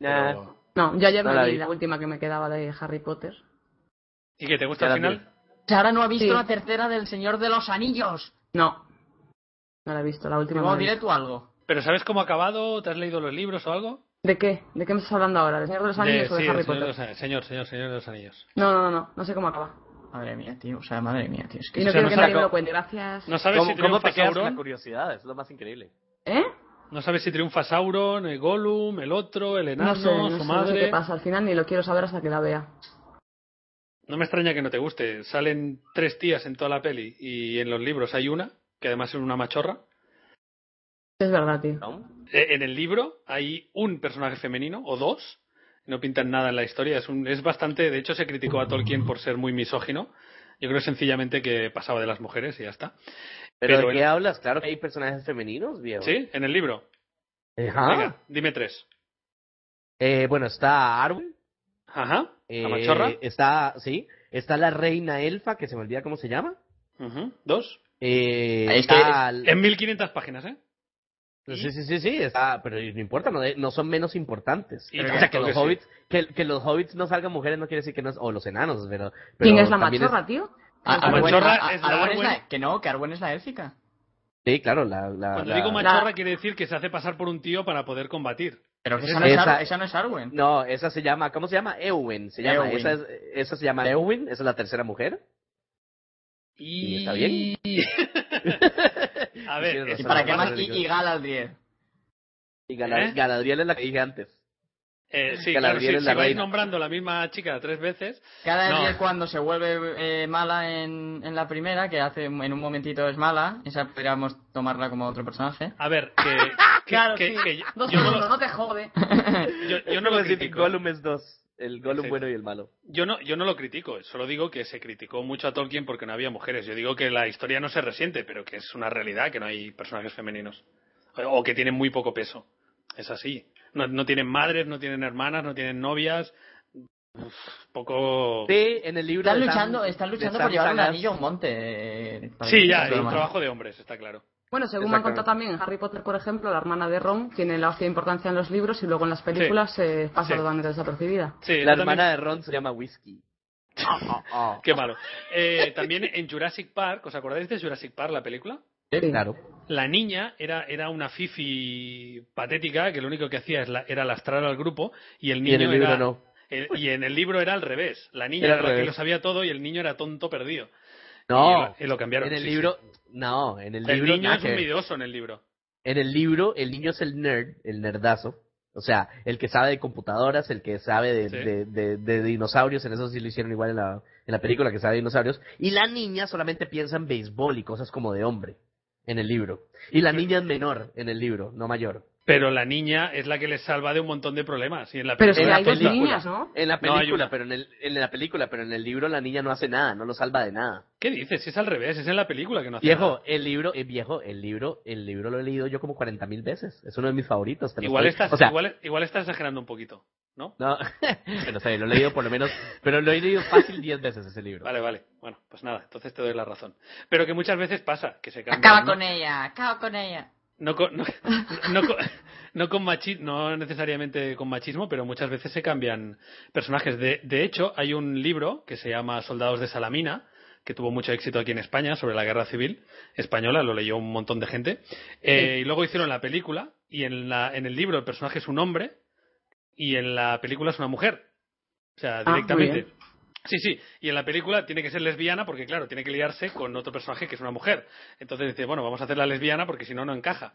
Nah.
Pero-
No, yo ayer
No
me
la
vi
vi.
la última que me quedaba de Harry Potter.
¿Y qué te gusta
Ya
al
la
final?
Sara no ha visto
Sí.
la tercera del Señor de los Anillos.
No. No la he visto, la última. no
Luego
la he
diré
visto.
tú algo.
¿Pero sabes cómo ha acabado? ¿Te has leído los libros o algo?
¿De qué? ¿De qué me estás hablando ahora? ¿De Señor de los Anillos o de
sí,
Harry
el Señor de
Potter?
los Anillos. Señor, señor, señor de los anillos.
No, no, no, no, no sé cómo acaba.
Madre mía, tío. O sea, madre mía, tío. Es que
Y no
sea,
quiero
no
que
sabe
nadie me
cómo-
lo cuente, gracias.
¿No sabes, si
¿Cómo, cómo
triunfa
te quedas con la
Sauron?
curiosidad? Es lo más increíble.
¿Eh?
No sabes si triunfa Sauron, el Gollum, el otro, el
No
enano,
sé, no sé,
su
no sé
madre.
qué pasa. Al final ni lo quiero saber hasta que la vea.
No me extraña que no te guste. Salen tres tías en toda la peli y en los libros hay una, que además es una machorra.
Es verdad, tío.
¿No?
Eh, En el libro hay un personaje femenino o dos. No pintan nada en la historia. Es, un- es bastante. De hecho, se criticó a Tolkien por ser muy misógino. Yo creo sencillamente que pasaba de las mujeres y ya está.
¿Pero,
Pero
de qué
el-
hablas? Claro que hay personajes femeninos, viejo.
¿Sí? En el libro.
Ajá.
Venga, dime tres.
Eh, bueno, está Arwen.
Ajá.
eh,
la machorra.
Está, sí. Está la reina elfa, que se me olvida cómo se llama.
Ujú, Dos.
Eh,
Es que-
está-
En 1500 páginas, ¿eh?
Pues Sí, sí, sí, sí, está, pero no importa, no, eh, no son menos importantes.
Y
o
tanto
sea, que
que
los,
sí.
hobbits, que, que los hobbits no salgan mujeres no quiere decir que no, es- o los enanos, pero... pero
¿Quién es la
también
machorra, tío?
A-
La
Arwen-
machorra
a-
es la
Arwen
Arwen.
Que no, que Arwen es la élfica.
Sí, claro, la... la-
Cuando
la-
digo machorra,
la-
quiere decir que se hace pasar por un tío para poder combatir.
Pero que
Es
esa, no es
esa-
Ar- esa no es Arwen.
No, esa se llama, ¿cómo se llama? Eowyn, se llama,
Eowyn.
Esa, es- esa se llama Eowyn, esa es la tercera mujer.
Y.
está bien.
A
Sí,
ver, eh,
tienes
es-
¿Y
razón.
para
no,
qué más?
no,
Y,
no,
y Galadriel.
Y Gala-
¿Eh?
Galadriel es la que dije antes.
eh, sí,
Que la
claro, si,
viera
si
la
vais
reina.
nombrando la misma chica tres veces,
Galadriel
No.
cuando se vuelve eh, mala en, en la primera, que hace en un momentito es mala, esa podríamos tomarla como otro personaje.
a ver, que, que-
Claro,
que-
sí.
que yo-
Dos
ah, yo no
segundos,
lo-
no te jode.
yo- yo
Es
no
como
lo
decir que
critico.
Gollum es dos, el Gollum
Exacto.
bueno y el malo.
Yo no, yo no lo critico, solo digo que se criticó mucho a Tolkien porque no había mujeres. Yo digo que la historia no se resiente, pero que es una realidad que no hay personajes femeninos. O que tienen muy poco peso. Es así. No, no tienen madres, no tienen hermanas, no tienen novias. Uf, poco.
Sí, en el libro
Están
de Sam-
luchando, están
de
luchando
Sam
por llevar un
Sagas.
anillo a un monte. eh, para
Sí,
que-
ya,
pero
es un
bueno.
trabajo de hombres, está claro.
Bueno, según me han
Exactamente.
contado también, en Harry Potter, por ejemplo, la hermana de Ron tiene la hostia de importancia en los libros y luego en las películas se pasa
Sí.
totalmente desapercibida.
Sí,
La
yo
hermana de Ron se llama Whiskey.
Ah, también- Qué malo. Eh, también en Jurassic Park, ¿os acordáis de Jurassic Park, la película?
Sí.
Claro.
la niña era, era una fifi patética que lo único que hacía es la- era lastrar al grupo y el
Y
niño
en el libro
era,
no.
el- y en el libro era al revés. La niña
Era
era,
al
la que
revés.
lo sabía todo y el niño era tonto perdido.
No.
Y lo, y lo cambiaron.
En el
sí,
libro, no, en el
sí. El,
libro,
niño
nada
es
que
un
ver.
videoso en el libro.
en el libro, el niño es el nerd, el nerdazo. O sea, el que sabe de computadoras, el que sabe de,
Sí.
de- de- de dinosaurios, en eso sí lo hicieron igual en la, en la película que sabe de dinosaurios. Y la niña solamente piensa en béisbol y cosas como de hombre, en el libro. Y la niña es menor en el libro, no mayor.
Pero la niña es la que les salva de un montón de problemas. Y en la
Pero
En
si
la
hay dos
película.
niñas, ¿no?
En la
No, hay
película,
una.
pero en, el, en la película, pero en el libro la niña no hace nada, no lo salva de nada.
¿Qué dices? Es al revés, es en la película que no hace nada.
Viejo, el libro, eh, viejo, el libro, el libro lo he leído yo como 40.000 mil veces. Es uno de mis favoritos. te lo
Igual
estoy-
estás,
o sea,
igual, igual estás exagerando un poquito, ¿no?
No, pero sé, lo he leído por lo menos, pero lo he leído fácil 10 veces ese libro.
Vale, vale. Bueno, pues nada, entonces te doy la razón. Pero que muchas veces pasa que se cambia.
Acaba
¿no?
con ella, acaba con ella.
No con, no, no con, no con machi- no necesariamente con machismo, pero muchas veces se cambian personajes. De, de hecho, hay un libro que se llama Soldados de Salamina, que tuvo mucho éxito aquí en España, sobre la guerra civil española, lo leyó un montón de gente. Eh, Y luego hicieron la película, y en, la, en el libro el personaje es un hombre, y en la película es una mujer. O sea,
Ah, muy
directamente.
bien.
sí, sí. Y en la película tiene que ser lesbiana porque, claro, tiene que liarse con otro personaje que es una mujer. Entonces dice, bueno, vamos a hacerla lesbiana porque si no, no encaja.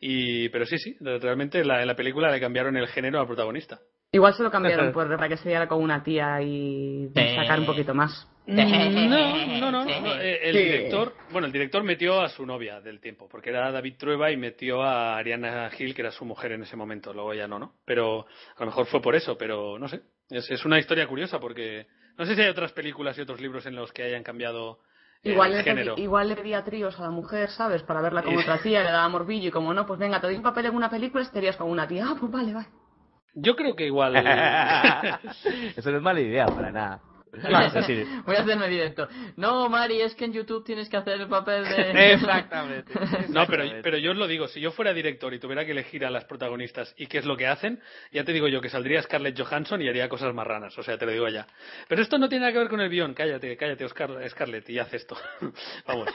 Y, pero sí, sí, realmente la, en la película le cambiaron el género al protagonista.
Igual se lo cambiaron por, para que se diera con una tía y
Sí.
sacar un poquito más.
No, no, no. no, eh, El
Sí.
director, bueno, el director metió a su novia del tiempo, porque era David Trueba y metió a Ariana Hill, que era su mujer en ese momento, luego ya no, ¿no? Pero a lo mejor fue por eso, pero no sé. Es, es una historia curiosa porque no sé si hay otras películas y otros libros en los que hayan cambiado eh,
Igual
el
le,
género.
pedí- igual le pedía tríos a la mujer, ¿sabes? Para verla con
Sí.
otra tía, le daba morbillo y como no, pues venga, te doy un papel en una película, estarías con una tía. Ah, pues vale, vale.
Yo creo que igual.
Eso no es mala idea para nada. Es decir,
Voy a hacerme directo. No, Mari, es que en YouTube tienes que hacer el papel
Eh.
de...
exactamente.
No, pero,
exactamente.
pero yo os lo digo, si yo fuera director y tuviera que elegir a las protagonistas y qué es lo que hacen, ya te digo yo que saldría Scarlett Johansson y haría cosas marranas, o sea, te lo digo ya. Pero esto no tiene nada que ver con el guión, cállate, cállate, Oscar- Scarlett, y haz esto. Vamos.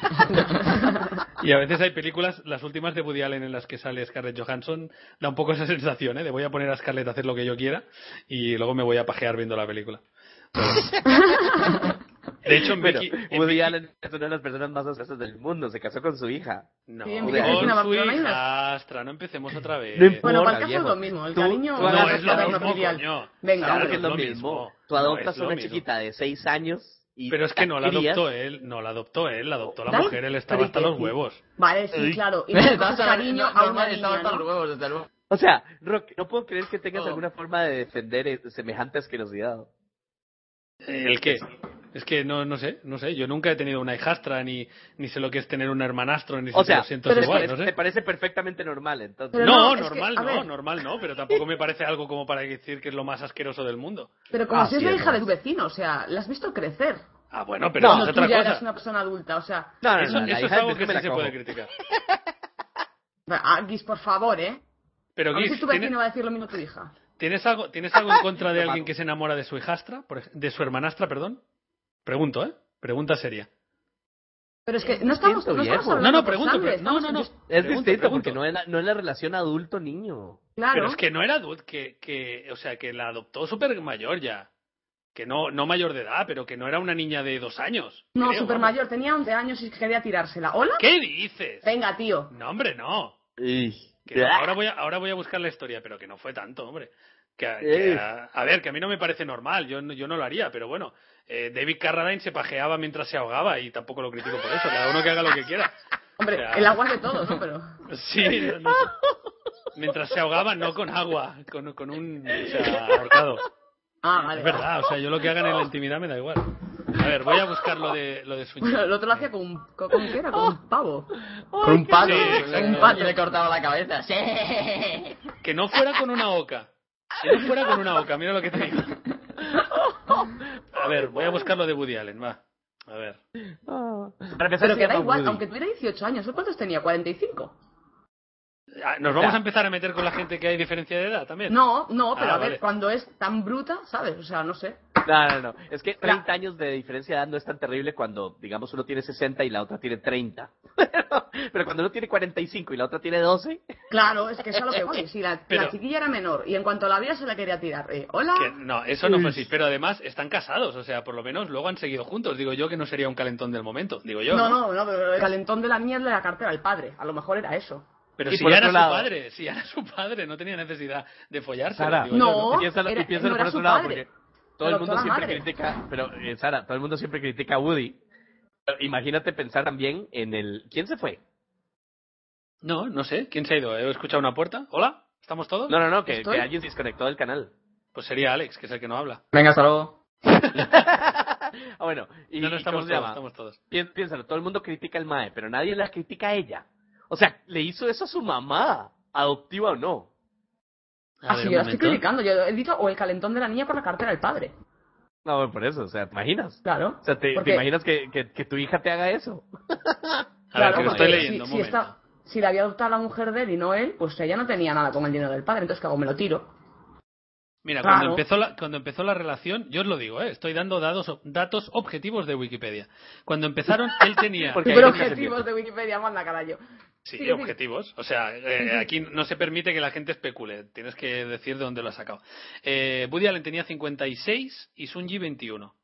y a veces hay películas, las últimas de Woody Allen en las que sale Scarlett Johansson, da un poco esa sensación, ¿eh? De voy a poner a Scarlett a hacer lo que yo quiera y luego me voy a pajear viendo la película. Pero bueno. De hecho, en
Bueno,
Vicky- en
Woody
Vicky-
Allen es una de las personas más graciosas del mundo. Se casó con su hija.
No,
Sí, en
Vicky
con
es
una
su
Barcelona y una-
hijastra, no empecemos otra vez.
No importa.
Bueno,
Hola,
para el caso
viejo.
es lo mismo, el
Tú-
cariño
tú
lo
no,
das
es lo
para una
mismo,
filial.
coño.
Venga,
Claro
hombre.
que es lo,
lo
mismo.
mismo.
Tú
No,
adoptas
es lo
una
mismo.
chiquita de 6 años y
Pero es que no la
crías.
adoptó eh. él, no la adoptó él, la adoptó la
¿Dale?
mujer, él estaba
Pero
hasta
¿y qué?
los huevos.
Vale, sí, claro. Y le das
Estás
cariño a una
normal,
niña,
estaba hasta los
¿no?
huevos, desde luego.
O sea, Rock, no puedo creer que tengas
Oh.
alguna forma de defender eh, semejante asquerosidad.
¿El qué? Es que no, no sé, no sé. Yo nunca he tenido una hijastra, ni, ni sé lo que es tener un hermanastro, ni si
O
te lo
sea,
siento
pero
¿te,
es
igual,
parece,
no sé.
te parece perfectamente normal entonces.
Pero
no,
no, es que,
normal
a
no,
ver.
normal no, pero tampoco me parece algo como para decir que es lo más asqueroso del mundo.
Pero como
Ah,
si es
sí,
la
es
hija de
verdad.
tu vecino, o sea, la has visto crecer.
Ah, bueno, pero
No,
es
Cuando tú
otra
ya
cosa.
eras una persona adulta, o sea,
No, no, no,
Eso,
no, la
eso es
hija
algo
de-
que
me
sí
la
se
como.
puede criticar.
ah, Guis, por favor, ¿eh?
Pero
a ver
Guis,
si tu
¿tienes-
vecino va a decir lo mismo a tu hija.
¿Tienes algo, ¿Tienes algo en contra de
Lo
alguien
mato.
que se enamora de su hijastra? Por ej- De su hermanastra, perdón. Pregunto, ¿eh? Pregunta seria.
Pero es que no estamos,
distinto,
no estamos
viejo.
hablando
No, no,
por
pregunto.
sangre,
pero- no,
estamos
no,
en
no.
dis-
Es
Pregunto,
distinto
pregunto.
porque no es, la, no es la relación adulto-niño.
Claro.
Pero es que no era adulto, que, que, o sea, que la adoptó súper mayor ya. Que no, no mayor de edad, pero que no era una niña de dos años.
No,
creo,
super
vamos.
mayor, tenía 11 años y quería tirársela. ¿Hola?
¿Qué dices?
Venga, tío.
No, hombre, no. Que no,
Ah.
ahora, voy a, ahora voy a buscar la historia, pero que no fue tanto, hombre. Que, a-
Eh.
que a, a ver, que a mí no me parece normal, yo no, yo no lo haría, pero bueno, eh, David Carradine se pajeaba mientras se ahogaba y tampoco lo critico por eso, cada uno que haga lo que quiera.
Hombre,
Ya.
el agua es de todos, ¿no? Pero...
Sí, no- no sé. mientras se ahogaba, no con agua, con, con un o sea, ahorcado.
Ah, vale.
Es verdad, o sea, yo lo que hagan en la intimidad me da igual. A ver, voy a buscar lo de, lo de su
Bueno, el otro lo hacía con un, con, con, ¿qué era? con un pavo.
Con un palo.
Sí,
Con un
exacto.
pato.
Y le cortaba la cabeza. Sí.
Que no fuera con una oca. Que no fuera con una oca, mira lo que te digo. A ver, voy a buscar lo de Woody Allen, va. A ver.
Para empezar,
Pero
se
que da
llama
igual,
Woody.
aunque tuviera 18 años, ¿él cuántos tenía? ¿45?
Ah, Nos vamos a empezar a meter con la gente que hay diferencia de edad también.
No, no, pero
Ah,
a ver,
vale.
cuando es tan bruta, ¿sabes? O sea, no sé.
No, no, no. Es que 30 años de diferencia de edad no es tan terrible cuando, digamos, uno tiene 60 y la otra tiene 30. Pero cuando uno tiene 45 y la otra tiene 12,
Claro, es que es a lo que voy. Si la,
Pero-
la chiquilla era menor y en cuanto la vio se la quería tirar. eh, Hola.
Que no, eso no fue así. Pero además están casados, o sea, por lo menos luego han seguido juntos. Digo yo que no sería un calentón del momento, digo yo.
No,
¿no?
no, no, pero el calentón de la mierda de la cartera, el padre. A lo mejor era eso.
Pero
Y
si
por
ya
otro
era
lado-
su padre, si ya era su padre, no tenía necesidad de follarse.
Sara,
digo yo,
No,
y piénsalo,
era-
y piénsalo
no
por
era
otro
su
lado,
padre.
porque todo el
Lo adoptó
mundo
la
siempre
madre.
critica, pero eh, Sara, todo el mundo siempre critica a Woody. Pero imagínate pensar también en el, ¿quién se fue?
No, no sé. ¿Quién se ha ido? ¿He escuchado una puerta? ¿Hola? ¿Estamos todos?
No, no, no, que,
¿Estoy?
que alguien se desconectó del canal.
Pues sería Alex, que es el que no habla.
Venga, hasta luego.
ah, bueno. Y,
No, no
¿y
estamos
cómo se llama?
todos, estamos todos.
Pi- Piénsalo, todo el mundo critica al mae, pero nadie la critica a ella. O sea, le hizo eso a su mamá, adoptiva o no.
A ver, un
Así Ah, yo la estoy
momento.
criticando. Yo he dicho o el calentón de la niña por la cartera del padre.
No, bueno, por eso, o sea, ¿te imaginas?
Claro.
O sea, ¿te, te
Porque-
imaginas que, que- que tu hija te haga eso?
A ver,
Claro,
que lo
porque
estoy leyendo,
si,
un
si
momento.
está- si la había adoptado la mujer de él y no él, pues ella no tenía nada con el dinero del padre. Entonces, ¿qué hago? Me lo tiro.
Mira,
Claro.
cuando, empezó la, cuando empezó la relación, yo os lo digo, ¿eh? estoy dando dados, datos objetivos de Wikipedia. Cuando empezaron, él tenía...
Porque-
Pero
hay gente que
objetivos de Wikipedia, manda carajo.
Sí,
Sí, sí.
objetivos. O sea, eh, aquí no se permite que la gente especule. Tienes que decir de dónde lo ha sacado. Eh, Woody Allen tenía 56 y Sunji 21.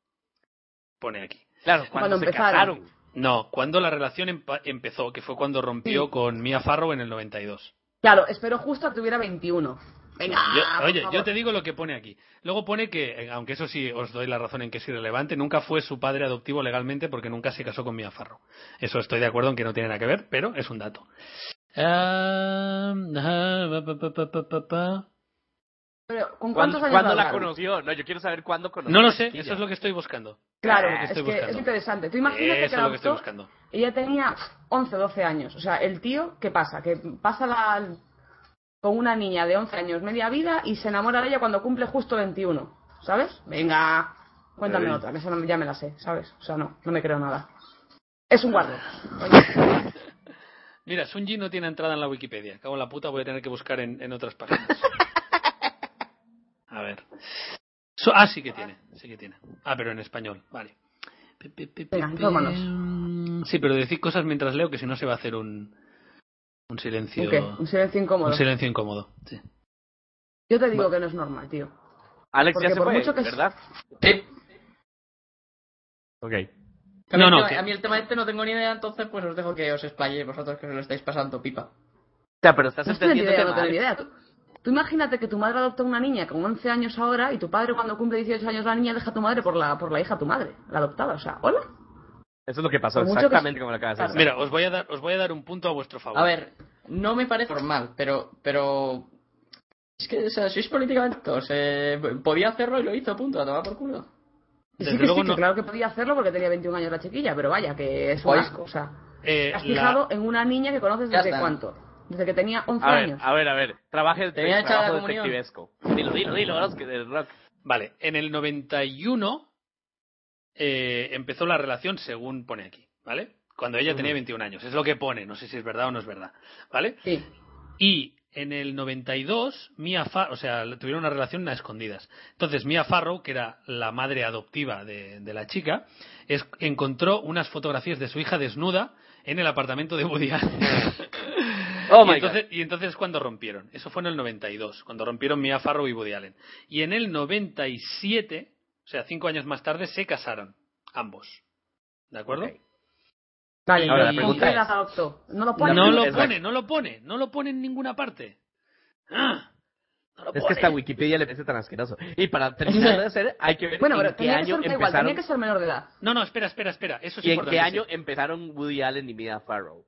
Pone aquí.
Claro,
Cuando
cuando, se
empezaron.
casaron.
No, cuando la relación empa- empezó, que fue cuando rompió con Mia Farrow en el 92.
Claro, espero justo a que tuviera 21. Venga,
Yo-
Ah, por
oye,
favor.
yo te digo lo que pone aquí. Luego pone que, eh, aunque eso sí os doy la razón en que es irrelevante, nunca fue su padre adoptivo legalmente porque nunca se casó con Mia Farrow. Eso estoy de acuerdo en que no tiene nada que ver, pero es un dato. Ah, ah, pa, pa, pa, pa, pa, pa, pa.
Pero, ¿Con
¿Cuándo,
cuántos años
cuándo la
largaron?
conoció? No, yo quiero saber cuándo conoció.
No
a
lo
la
sé,
chiquilla.
eso es lo que estoy buscando.
Claro,
Lo que
es
estoy
que es
buscando.
interesante. Tú imagínate
eso
que
es
la
lo que estoy
adoptó
buscando.
y ella tenía 11 o 12 años. O sea, el tío, ¿qué pasa? Que pasa la- con una niña de 11 años media vida y se enamora de ella cuando cumple justo 21. ¿Sabes? Venga, cuéntame
Ey.
otra, que esa no- ya me la sé, ¿sabes? O sea, no, no me creo nada. Es un guardo.
Mira, Sunji no tiene entrada en la Wikipedia. Cago en la puta, voy a tener que buscar en, en otras páginas. A ver. So- ah, sí que tiene, sí que tiene. Ah, pero en español, vale. Pe- pe- pe- pe-
Venga,
pe-
infórmanos.
Sí, pero decir cosas mientras leo que si no se va a hacer un, un silencio.
¿Un qué? Un silencio incómodo.
un silencio incómodo. sí.
Yo te digo que no es normal, tío.
Alex
Porque
ya se
por
fue,
mucho que-
¿verdad?
Sí.
Ok.
Que a mí
No,
el
no,
tema-
que-
A mí el tema este no tengo ni idea, entonces pues os dejo que os explayéis vosotros que os lo estáis pasando pipa.
O sea, pero estás
No tengo ni
entendiendo
idea,
el
no
tema, ¿eh?
tengo ni
Alex.
idea. Tú, tú imagínate que tu madre adopta una niña con 11 años ahora y tu padre cuando cumple 18 años la niña deja a tu madre por la, por la hija de tu madre, la adoptada. O sea, hola.
Eso es lo que pasó,
Por mucho que-
exactamente como lo acabas de decir.
Mira, os voy, a dar, os voy a dar un punto a vuestro favor.
A ver, no me parece normal, pero... pero... Es que o sea, sois políticamente correctos, eh, podía hacerlo y lo hizo, punto, a tomar por culo.
Y
Desde
sí que
luego
sí,
no-
que claro que podía hacerlo porque tenía 21 años la chiquilla, pero vaya, que es un
Oye.
asco. O sea,
Eh,
te has
la-
fijado en una niña que conoces
Ya
desde
está.
cuánto? Desde que tenía 11
A ver,
años.
a ver, a ver. Trabaje el
Te voy a echar
trabajo
la comunión.
detectivesco. Dilo, dilo, dilo, Rock, del rock.
Vale, en el 91 eh, empezó la relación según pone aquí, ¿vale? Cuando ella tenía 21 años, es lo que pone, no sé si es verdad o no es verdad, ¿vale?
Sí.
Y en el 92, Mia Farrow, o sea, tuvieron una relación a escondidas. Entonces, Mia Farrow, que era la madre adoptiva de, de la chica, es- encontró unas fotografías de su hija desnuda en el apartamento de Woody Allen.
Oh
y,
my
entonces, y entonces, cuando rompieron? Eso fue en el 92, cuando rompieron Mia Farrow y Woody Allen. Y en el 97, o sea, cinco años más tarde, se casaron, ambos. ¿De acuerdo?
Ok.
Vale,
Ahora,
¿y
la
¿con
pregunta
quién
es-
las adoptó? No lo pone.
No lo
Exacto.
pone, no lo pone, no lo pone en ninguna parte. Ah, no lo
Es que
pone.
esta Wikipedia le parece tan asqueroso. Y para terminar de hacer, hay que ver
Bueno,
en
pero
qué
tenía que
año
ser da igual,
empezaron
tenía que ser menor de edad.
No, no, espera, espera, espera. Eso es
y en
importante,
qué año
sí.
empezaron Woody Allen y Mia Farrow.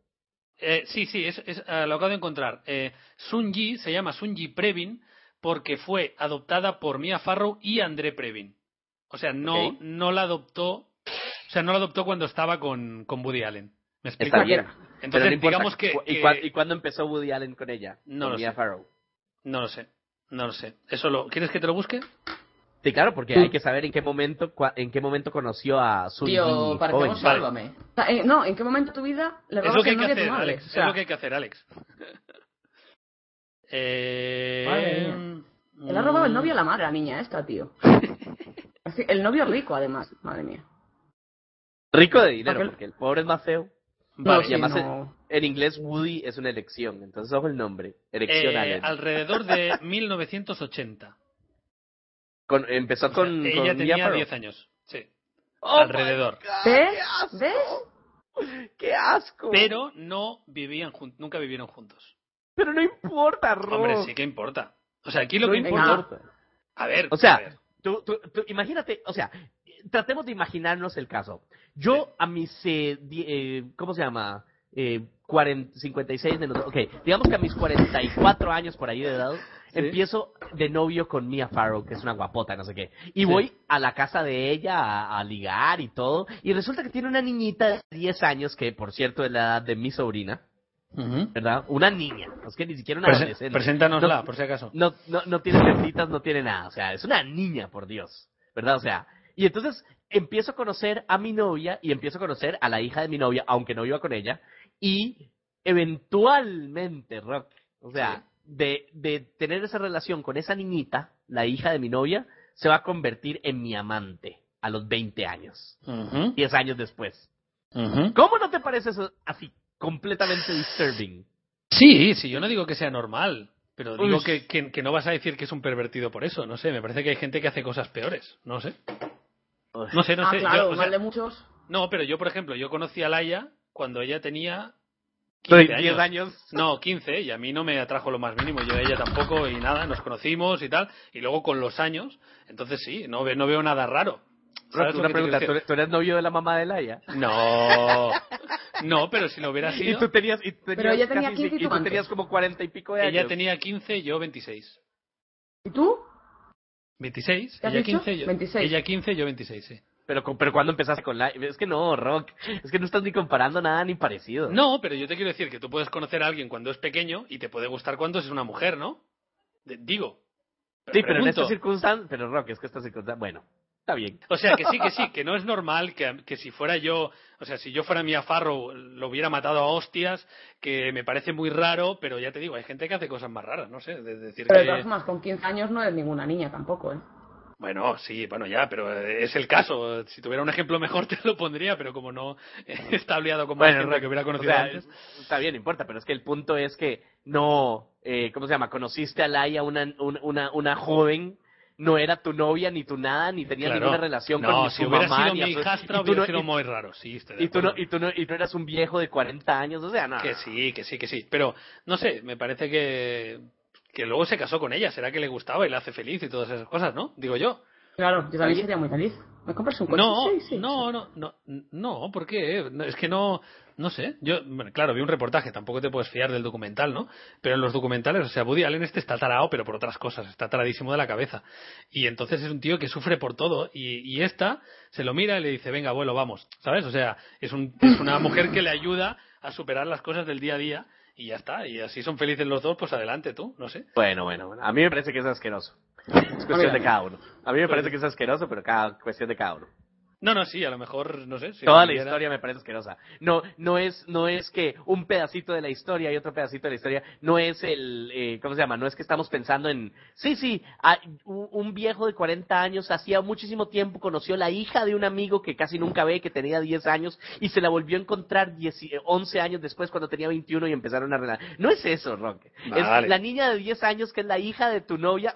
Eh, sí, sí, es, es, eh, lo acabo de encontrar. Eh, Sunji se llama Sunji Previn porque fue adoptada por Mia Farrow y André Previn. O sea, no,
Ok.
no la adoptó. O sea, no la adoptó cuando estaba con, con Woody Allen. ¿Me explico?
Está bien. pero
Entonces,
no importa
digamos que.
cu- ¿Y,
que-
cuá- y cuándo empezó Woody Allen con ella?
No
con
lo
Mia
sé.
Farrow.
No lo sé. No lo sé. Eso lo... ¿Quieres que te lo busque?
Sí, claro, porque hay que saber en qué momento cua- en qué momento conoció a su
Tío,
vale.
parecemos sálvame.
O sea, eh, no, ¿en qué momento de tu vida le
Es
robas
lo que hay
el
que
novio a
hacer,
tu madre?
Alex.
O sea,
Es lo que hay que hacer, Alex. Eh,
Madre Le ha robado el novio a la madre, la niña esta, tío. Así, El novio rico, además, madre mía.
Rico de dinero,
Aquel-
porque el pobre es más feo.
mm, Vale,
No,
y
sí,
además
no.
En inglés Woody es una elección, entonces ojo el nombre.
Eh,
Elección Allen.
alrededor de 1980.
Con- empezó
O sea,
con, con
ella
Mia
tenía
Farrow.
10 años. Sí.
¡Oh,
alrededor.
my God!
¿Ves?
¡Qué asco!
¿Ves?
¡Qué asco!
Pero no vivían jun- nunca vivieron juntos.
Pero no importa, Rob.
Hombre, sí que importa. O sea, aquí lo que
no
importa.
importa. A ver,
O sea,
a ver.
Tú, tú- tú- imagínate, o sea, tratemos de imaginarnos el caso. Yo a mis, eh, die- eh, ¿cómo se llama? Eh, cuaren- 56 menos dos. Ok, digamos que a mis 44 años por ahí de edad, empiezo de novio con Mia Farrow, que es una guapota, no sé qué. Y voy a la casa de ella a, a ligar y todo. Y resulta que tiene una niñita de 10 años, que por cierto es la edad de mi sobrina,
Ujú.
¿verdad? Una niña, es que ni siquiera una
Presen-
adolescente.
preséntanosla,
No,
por si acaso.
no, no, no tiene cerditas, no tiene nada. O sea, es una niña, por Dios. ¿Verdad? O sea, y entonces empiezo a conocer a mi novia y empiezo a conocer a la hija de mi novia, aunque no iba con ella. Y eventualmente, Rock, o sea, de, de tener esa relación con esa niñita, la hija de mi novia, se va a convertir en mi amante a los 20 años,
Ujú,
10 años después.
ujú.
¿Cómo no te parece eso así? Completamente disturbing.
Sí, sí, yo no digo que sea normal, pero digo
Uy.
que, que- que no vas a decir que es un pervertido por eso, no sé, me parece que hay gente que hace cosas peores, no sé. No sé, no
ah,
sé. yo,
claro,
o sea,
mal de muchos.
no, pero yo, por ejemplo, yo conocí a Laia cuando ella tenía 15
10
años.
años.
No, 15, y a mí no me atrajo lo más mínimo, yo a ella tampoco, y nada, nos conocimos y tal, y luego con los años, entonces sí, no, ve- no veo nada raro. ¿Sabes
Rock,
lo
una
que te quiero
pregunta, ¿tú
decir?
eres, tú eres novio de la mamá de Laia?
No, no, pero si lo hubiera
Y
sido,
tú tenías, y tú
Pero
tenías
ella tenía
casi
15 y tú
tú
cuántos.
tenías como cuarenta y pico de años.
ella tenía 15, yo 26.
¿Y tú?
26,
¿Qué has
ella
dicho?
15, yo
26.
ella 15, yo 26, sí.
Pero, cu- pero cuando empezaste con Laia, es que no, Rock, es que no estás ni comparando nada ni parecido.
No, pero yo te quiero decir que tú puedes conocer a alguien cuando es pequeño y te puede gustar cuando es una mujer, ¿no? De- digo.
sí, pero en
pregunto.
esta circunstancia, pero Rock, es que esta circunstancia, bueno, está bien.
O sea, que sí, que sí, que no es normal que, que si fuera yo, o sea, si yo fuera Mia Farrow, lo hubiera matado a hostias, que me parece muy raro, pero ya te digo, hay gente que hace cosas más raras, no sé, de decir
Pero de
que...
todas formas, con 15 años no eres ninguna niña tampoco, ¿eh?
Bueno, sí, bueno, ya, pero eh, es el caso. Si tuviera un ejemplo mejor te lo pondría, pero como no eh, está liado con más
Bueno,
gente
Rock,
que hubiera conocido
o sea,
antes.
Está bien, no importa, pero es que el punto es que no, eh, ¿cómo se llama? Conociste a Laia, una, un- una, una joven, no era tu novia ni tu nada, ni tenías
Claro.
ninguna relación
no,
con
si
su
hubiera
mamá.
sido
ni
mi
a su-
hijastra
y tú
hubiera
no-
sido
y-
muy raro, sí. estoy de
y tú no,
acuerdo.
y tú no, y tú eras un viejo de 40 años, o sea, no.
Que sí, que sí, que sí. Pero, no sé, me parece que, que luego se casó con ella. Será que le gustaba y la hace feliz y todas esas cosas, ¿no? Digo yo.
Claro, yo
Oye.
también sería muy feliz. ¿Me compras un coche?
No,
Sí, sí.
no, no, no, no, ¿por qué? No, Es que no, no sé. Yo, bueno, claro, vi un reportaje, tampoco te puedes fiar del documental, ¿no? Pero en los documentales, o sea, Woody Allen este está tarado, pero por otras cosas, está taradísimo de la cabeza. Y entonces es un tío que sufre por todo y, y esta se lo mira y le dice, venga, abuelo, vamos, ¿sabes? O sea, es, un, es una mujer que le ayuda a superar las cosas del día a día y ya está. Y así son felices los dos, pues adelante tú, no sé.
Bueno, bueno, bueno. A mí me parece que es asqueroso. Es cuestión de cada uno. A mí me parece que es asqueroso, pero cada cuestión de cada uno.
No, no, sí, a lo mejor, no sé. Si
Toda
lo
la
viviera-
historia me parece asquerosa. No, no es, no es que un pedacito de la historia y otro pedacito de la historia. No es el, eh, ¿cómo se llama? No es que estamos pensando en, sí, sí, ah, un un viejo de 40 años hacía muchísimo tiempo conoció la hija de un amigo que casi nunca ve, que tenía 10 años y se la volvió a encontrar 10 y- eh, 11 años después cuando tenía 21 y empezaron a relación. No es eso, Rock.
Vale.
Es la niña de 10 años que es la hija de tu novia.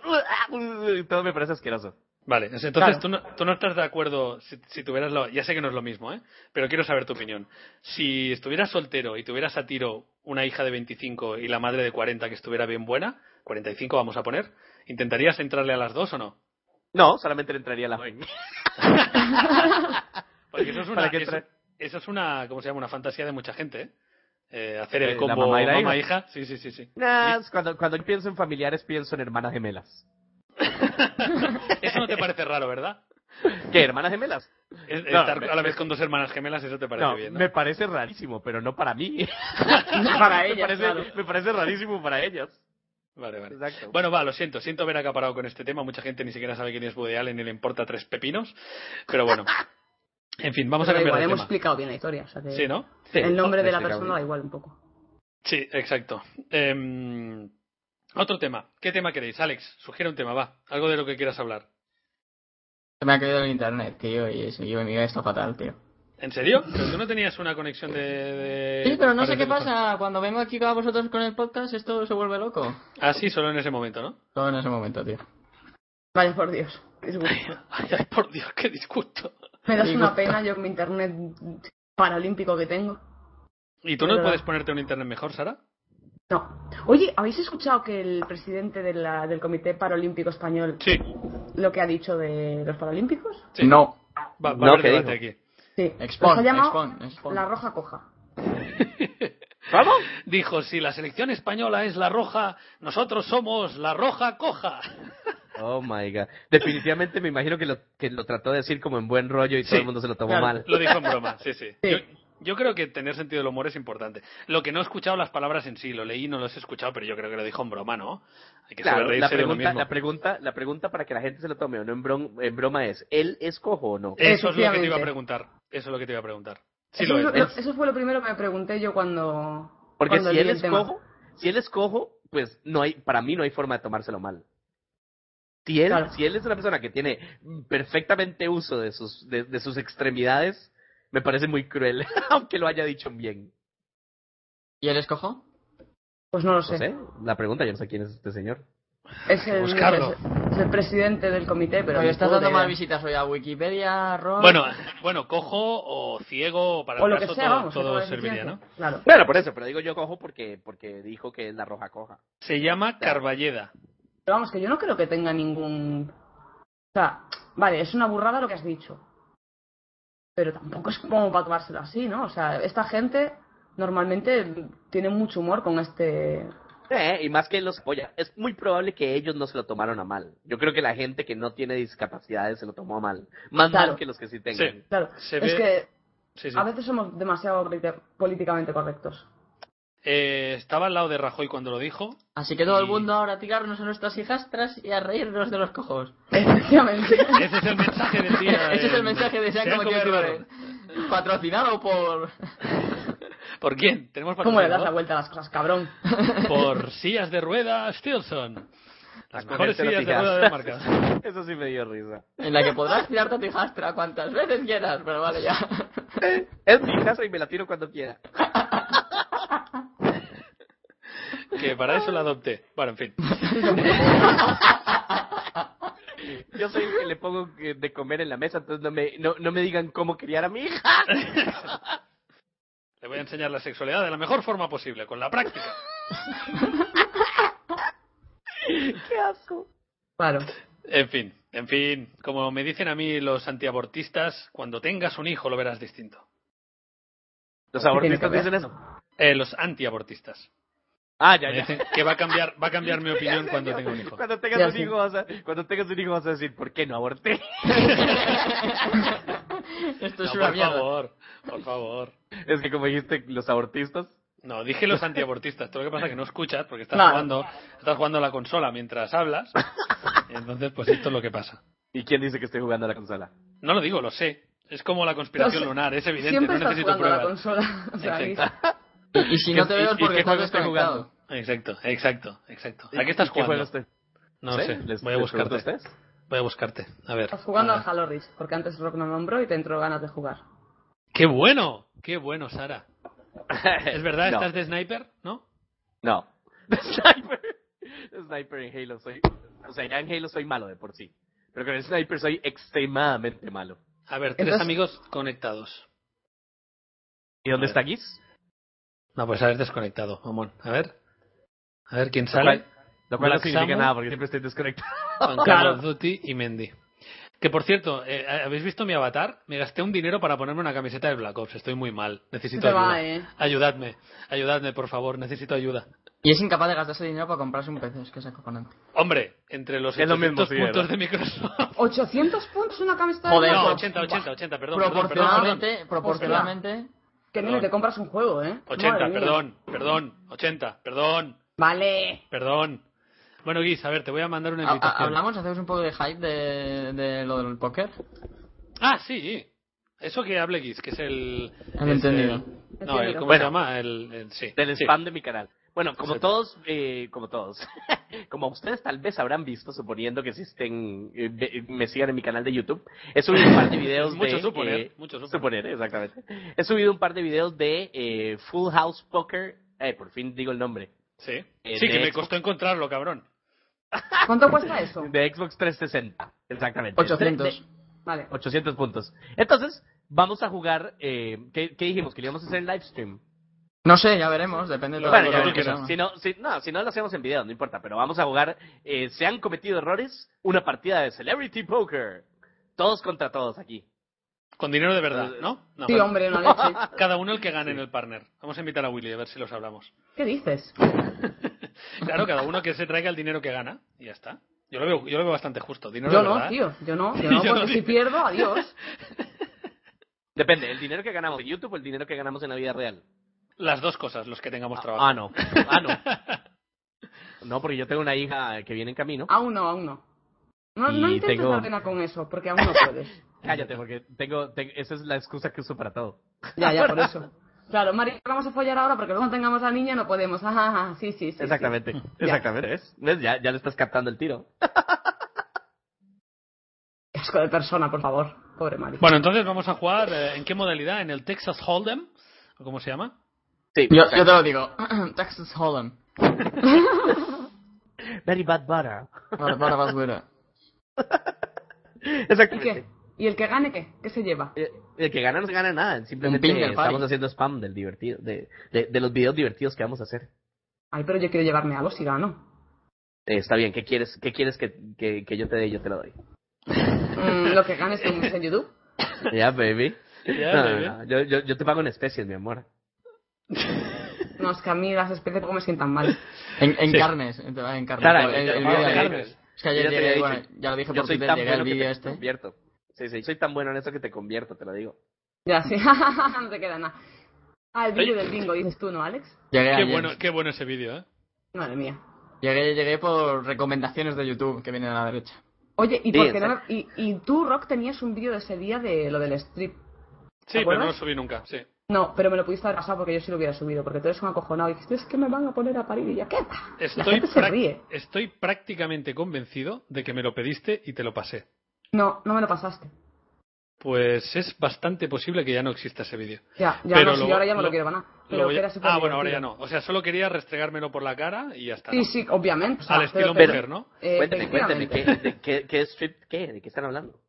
Todo me parece asqueroso.
Vale, o sea, entonces
Claro.
tú, no, tú no estás de acuerdo si, si tuvieras la- Ya sé que no es lo mismo, ¿eh? Pero quiero saber tu opinión. Si estuvieras soltero y tuvieras a tiro una hija de 25 y la madre de 40 que estuviera bien buena, 45 vamos a poner, ¿intentarías entrarle a las dos o no?
No, solamente le entraría la joven.
Porque eso es una,
Para que
eso-
tra-
eso es una ¿cómo se llama? Una fantasía de mucha gente, ¿eh? Eh, hacer el
Eh, la
combo
mamá y la
mamá-hija. Sí, sí, sí, sí.
Nah, es pues, cuando, cuando yo pienso en familiares, pienso en hermanas gemelas.
Eso no te parece raro, ¿verdad?
¿Qué, hermanas gemelas?
Es-
No,
estar
me-
a la vez con dos hermanas gemelas, eso te parece
No,
bien, ¿no?
me parece rarísimo, pero no para mí.
Para
me,
ella,
parece,
claro.
me parece rarísimo para ellas.
Vale, vale.
Exacto.
Bueno, va, lo siento, siento haber acaparado con este tema. Mucha gente ni siquiera sabe quién es Woody Allen y le importa tres pepinos. Pero bueno. En fin, vamos a
Pero
cambiar
igual
de
hemos
tema.
explicado bien la historia. O sea que
Sí, ¿no?
El nombre de la
Explicado
persona da
bien.
igual un poco.
Sí, exacto. Em, otro tema. ¿Qué tema queréis? Alex, sugiere un tema, va. Algo de lo que quieras hablar.
Se me ha caído el internet, tío, y eso, yo me iba esto fatal, tío.
¿En serio? Pero tú no tenías una conexión de... de-
Sí, pero no sé
parece
qué
que-
pasa. Cuando vengo aquí con vosotros con el podcast, esto se vuelve loco.
Ah, sí, solo en ese momento, ¿no?
Todo en ese momento, tío.
Vaya por Dios. qué disgusto.
Ay, ay, por Dios, qué disgusto.
Me das
Digo-
una pena yo con mi internet paralímpico que tengo.
¿Y tú
De
no
verdad.
puedes ponerte un internet mejor, Sara?
No. Oye, ¿habéis escuchado que el presidente de la- del Comité Paralímpico Español
Sí.
lo que ha dicho de los Paralímpicos?
Sí.
No.
Va, va
No,
a haber
¿qué
debate
dijo?
aquí.
Sí.
Expon,
Los ha llamado
expon, expon.
La Roja Coja.
¿Cómo?
Dijo, si la selección española es la roja, nosotros somos la roja coja.
Oh my god. Definitivamente me imagino que lo, que lo trató de decir como en buen rollo y todo
Sí,
el mundo se lo tomó
claro.
mal.
Lo dijo en broma, sí, sí.
Sí.
Yo, yo creo que tener sentido del humor es importante. Lo que no he escuchado las palabras en sí, lo leí y no las he escuchado, pero yo creo que lo dijo en broma, ¿no? Hay que
Claro,
saber
la
reírse de uno
pregunta,
mismo.
la pregunta, la pregunta para que la gente se lo tome o no en, bron- en broma es, ¿él es cojo o no?
Eso es lo que te iba a
Efectivamente.
preguntar. Eso es lo que te iba a preguntar. Sí
eso,
lo
es
es. ¿eh?
lo- eso fue lo primero que me pregunté yo cuando.
Porque
cuando
si
leí
él
el
es
tema.
cojo, si él es cojo, pues no hay, para mí no hay forma de tomárselo mal. Si él,
Claro.
si él es una persona que tiene perfectamente uso de sus, de, de sus extremidades, me parece muy cruel, aunque lo haya dicho bien.
¿Y el escojo?
Pues no lo
No
sé.
sé, la pregunta, yo no sé quién es este señor.
Es el,
Buscarlo.
es- es el presidente del comité, pero.
Pero
ni
estás
puta
dando más
idea.
visitas hoy a Wikipedia, Ron.
Bueno, bueno, cojo o ciego, o para
O
el
lo que
caso
sea,
todo,
vamos. que
todo
no es
serviría, ¿no?
ciencia. Claro.
Bueno, por eso, pero digo yo cojo porque, porque dijo que es la roja coja.
Se llama Carballeda.
Pero vamos, que yo no creo que tenga ningún. O sea, vale, es una burrada lo que has dicho. Pero tampoco es como para tomárselo así, ¿no? O sea, esta gente normalmente tiene mucho humor con este.
Eh, y más que los apoya. Es muy probable que ellos no se lo tomaron a mal. Yo creo que la gente que no tiene discapacidades se lo tomó a mal. Más
Claro.
mal que los que sí tengan.
Sí.
Claro,
Se
es
ve-
que
Sí, sí.
a veces somos demasiado politi- políticamente correctos.
Eh, estaba al lado de Rajoy cuando lo dijo.
Así que todo el
Y-
mundo ahora a tirarnos a nuestras hijastras y a reírnos de los cojos.
Efectivamente.
Ese es el mensaje del día.
Ese es el
eh,
mensaje de Se han cometido errores. Patrocinado por...
¿Por quién? Tenemos
¿Cómo le das la
patrocinador?
vuelta a las cosas, cabrón?
Por sillas de rueda Stilson. Las
Con
mejores
gente no
sillas de
pillada.
rueda del mercado.
Eso sí me dio risa.
En la que podrás tirarte a tu hijastra cuantas veces quieras, pero vale ya.
Es mi casa y me la tiro cuando quiera.
Que para eso la adopté. Bueno, en fin.
Yo soy el que le pongo que- de comer en la mesa, entonces no me, no, no me digan cómo criar a mi hija.
Le voy a enseñar la sexualidad de la mejor forma posible, con la práctica.
¡Qué asco!
Claro.
En fin, en fin. Como me dicen a mí los antiabortistas, cuando tengas un hijo lo verás distinto.
Los
¿Qué tiene que
abortistas
ver?
dicen eso.
Eh, los antiabortistas.
Ah, ya,
Me
ya.
dicen que va a cambiar, va a cambiar mi opinión cuando tenga un hijo.
Cuando tengas,
Ya
un
sé.
hijo vas a, cuando tengas un hijo vas a decir, ¿por qué no aborté?
Esto es
No,
una
por
mierda.
favor, por favor.
Es que como dijiste, los abortistas.
No, dije los antiabortistas. Todo lo que pasa es que no escuchas porque estás
Claro.
jugando, estás jugando a la consola mientras hablas. Y entonces, pues esto es lo que pasa.
¿Y quién dice que estoy jugando a la consola?
No lo digo, lo sé. Es como la conspiración
No sé.
lunar, es evidente,
Siempre
no
estás
necesito
jugando a la
pruebas.
consola. O sea, aquí-
Exacto.
Y si no te
¿Y-
veo es
y
porque
qué
estás
juego estoy
desconectado.
Exacto, exacto, exacto. ¿A qué
¿Y
estás
qué
jugando?
juego estoy-
No sé,
¿Les-
voy a
les
buscarte.
pregunto a ustedes?
Voy a buscarte. A ver.
Estás jugando
a
al
ver.
Halo Reach, porque antes Rock no nombró y te entró ganas de jugar.
¡Qué bueno! ¡Qué bueno, Sara! ¿Es verdad?
No.
¿Estás de sniper? ¿No?
No. Sniper. Sniper en Halo soy. O sea, ya en Halo soy malo de por sí. Pero con el Sniper soy extremadamente malo.
A ver, tres
Entonces-
amigos conectados.
¿Y dónde
A
está Giz?
No, pues has desconectado, mamón. A ver. A ver quién
Lo
sale.
cual, lo cual no
Black
significa
Samus.
nada porque siempre estoy desconectado.
Con Call
Claro.
of Duty y Mendy. Que por cierto, eh, ¿habéis visto mi avatar? Me gasté un dinero para ponerme una camiseta de Black Ops. Estoy muy mal. Necesito
Se te
ayuda.
va, eh.
Ayudadme. Ayudadme, por favor. Necesito ayuda.
Y es incapaz de gastarse dinero para comprarse un PC, es que es acojonante.
Hombre, entre los
Es
800
lo mismo, sí,
puntos
era.
de Microsoft.
800 puntos una camiseta
Joder,
de
No,
Pro-
80, 80, 80, perdón. perdón, perdón,
Proporcionalmente,
perdón.
proporcionalmente...
Que mira, te compras un juego, ¿eh?
80,
Madre mía.
perdón, perdón, 80, perdón,
Vale.
perdón. Bueno, Guis, a ver, te voy a mandar una
Ha- ha-
invitación.
Ah, ¿Hablamos? ¿Hacemos un poco de hype de, de lo del póker?
Ah, sí. Eso que hable Guis, que es el.
No lo he
es
entendido.
el- no, el, ¿cómo
Bueno.
se llama? El, el- sí.
Del
sí.
spam de mi canal. Bueno, como
Exacto.
todos, eh, como todos, como ustedes tal vez habrán visto, suponiendo que existen, eh, ve- me sigan en mi canal de YouTube, he subido un par de videos
Mucho
de...
suponer,
eh,
mucho suponer.
suponer, exactamente. He subido un par de videos de eh, Full House Poker, eh, por fin digo el nombre,
Sí,
Eh,
sí
de
que me
Xbox.
costó encontrarlo, cabrón.
¿Cuánto cuesta eso?
de Xbox 360, exactamente.
800.
Vale.
800 puntos. Entonces, vamos a jugar. Eh, ¿qué, qué dijimos? ¿Que lo íbamos a hacer en live stream?
No sé, ya veremos, depende de todo
Bueno,
lo
ya
que
veremos.
quieras.
Si no, si, no, si no lo hacemos en video, no importa. Pero vamos a jugar. eh, Se han cometido errores. Una partida de Celebrity Poker. Todos contra todos aquí.
Con dinero de verdad,
Eh,
¿no? No.
Sí, hombre, una leche.
Cada uno el que gane en el partner. Vamos a invitar a Willy a ver si los hablamos.
¿Qué dices?
Claro, cada uno que se traiga el dinero que gana y ya está. Yo lo veo, yo lo veo bastante justo. Dinero
Yo
de
no,
verdad. ¿eh?
tío. Yo no,
Sí,
yo no,
yo
porque
no,
si
tío.
pierdo, adiós.
Depende, ¿el dinero que ganamos en YouTube o el dinero que ganamos en la vida real?
Las dos cosas, los que tengamos trabajo.
Ah, no. Ah, no. No, porque yo tengo una hija que viene en camino.
Aún no, aún no. No, no
Y
intentes
tengo-
dar pena con eso, porque aún no puedes.
Cállate, porque tengo, te- esa es la excusa que uso para todo.
Ya, ya, por eso. Claro, María, vamos a follar ahora porque luego no tengamos a la niña, no podemos. Ajá, ajá, sí, sí, sí.
exactamente, exactamente. ¿Ves? ¿Ves? Ya, ya le estás captando el tiro.
sí. Asco de persona, por favor. Pobre María.
Bueno, entonces vamos a jugar. eh, ¿En qué modalidad? ¿En el Texas Hold'em? ¿O cómo se llama?
Sí.
Yo, yo te lo digo. Texas Hold'em.
Very bad butter.
Para, para, basura.
¿Y
Exactamente.
qué? ¿Y el que gane qué? ¿Qué se lleva?
Eh, El que gana no se gana nada, simplemente
Un Tinder party.
estamos haciendo spam del divertido, de, de, de los videos divertidos que vamos a hacer.
Ay, pero yo quiero llevarme algo si gano.
Eh, está bien, ¿qué quieres, qué quieres que, que, que yo te dé? Yo te lo doy.
Mm, lo que ganes en, en YouTube.
Ya, baby.
Ya,
No,
baby.
no, no, Yo, yo, yo te pago en especies, mi amor.
No, es que a mí las especies poco me sientan mal.
En, en
Sí.
carnes, en, en carnes.
Claro,
El- el- el
en
Ah,
vídeo
carnes.
ayer- Es que ayer
Yo ya te
llegué,
había
bueno,
dicho,
ya lo dije
Yo
por
soy
Twitter,
tan
llegué al
bueno que
vídeo
te
este.
convierto. Sí, sí, soy tan bueno en eso que te convierto, te lo digo.
Ya, sí. no te queda nada. Ah, el vídeo del bingo, dices tú, ¿no, Alex?
Llegué,
Qué
ayer.
bueno, qué bueno ese vídeo, ¿eh?
Madre mía.
Llegué, llegué por recomendaciones de YouTube que vienen a la derecha.
Oye, ¿y,
Sí,
por qué no,
exacto.
y, y tú, Rock, tenías un vídeo de ese día de lo del strip.
Sí,
¿Te
pero no lo
acuerdas?
subí nunca, sí.
No, pero me lo pudiste haber pasado porque yo sí lo hubiera subido, porque tú eres un acojonado y dijiste, es que me van a poner a parir y ya, ¿qué? La
Estoy,
gente se
prac-
ríe.
estoy prácticamente convencido de que me lo pediste y te lo pasé.
No, no me lo pasaste.
Pues es bastante posible que ya no exista ese vídeo.
Ya, ya
Pero
no, si
lo-
yo ahora ya me lo,
lo-
quiero ganar.
Lo
Pero
voy
que
a-
era súper
Ah, bueno, ahora ya
divertido.
no. O sea, solo quería restregármelo por la cara y ya está.
Sí,
¿no?
sí, obviamente. o sea,
Al estilo
pero-
mujer, ¿no?
eh,
cuéntame, cuéntame, ¿qué,
efectivamente.
de, qué, qué strip, qué? ¿De qué están hablando?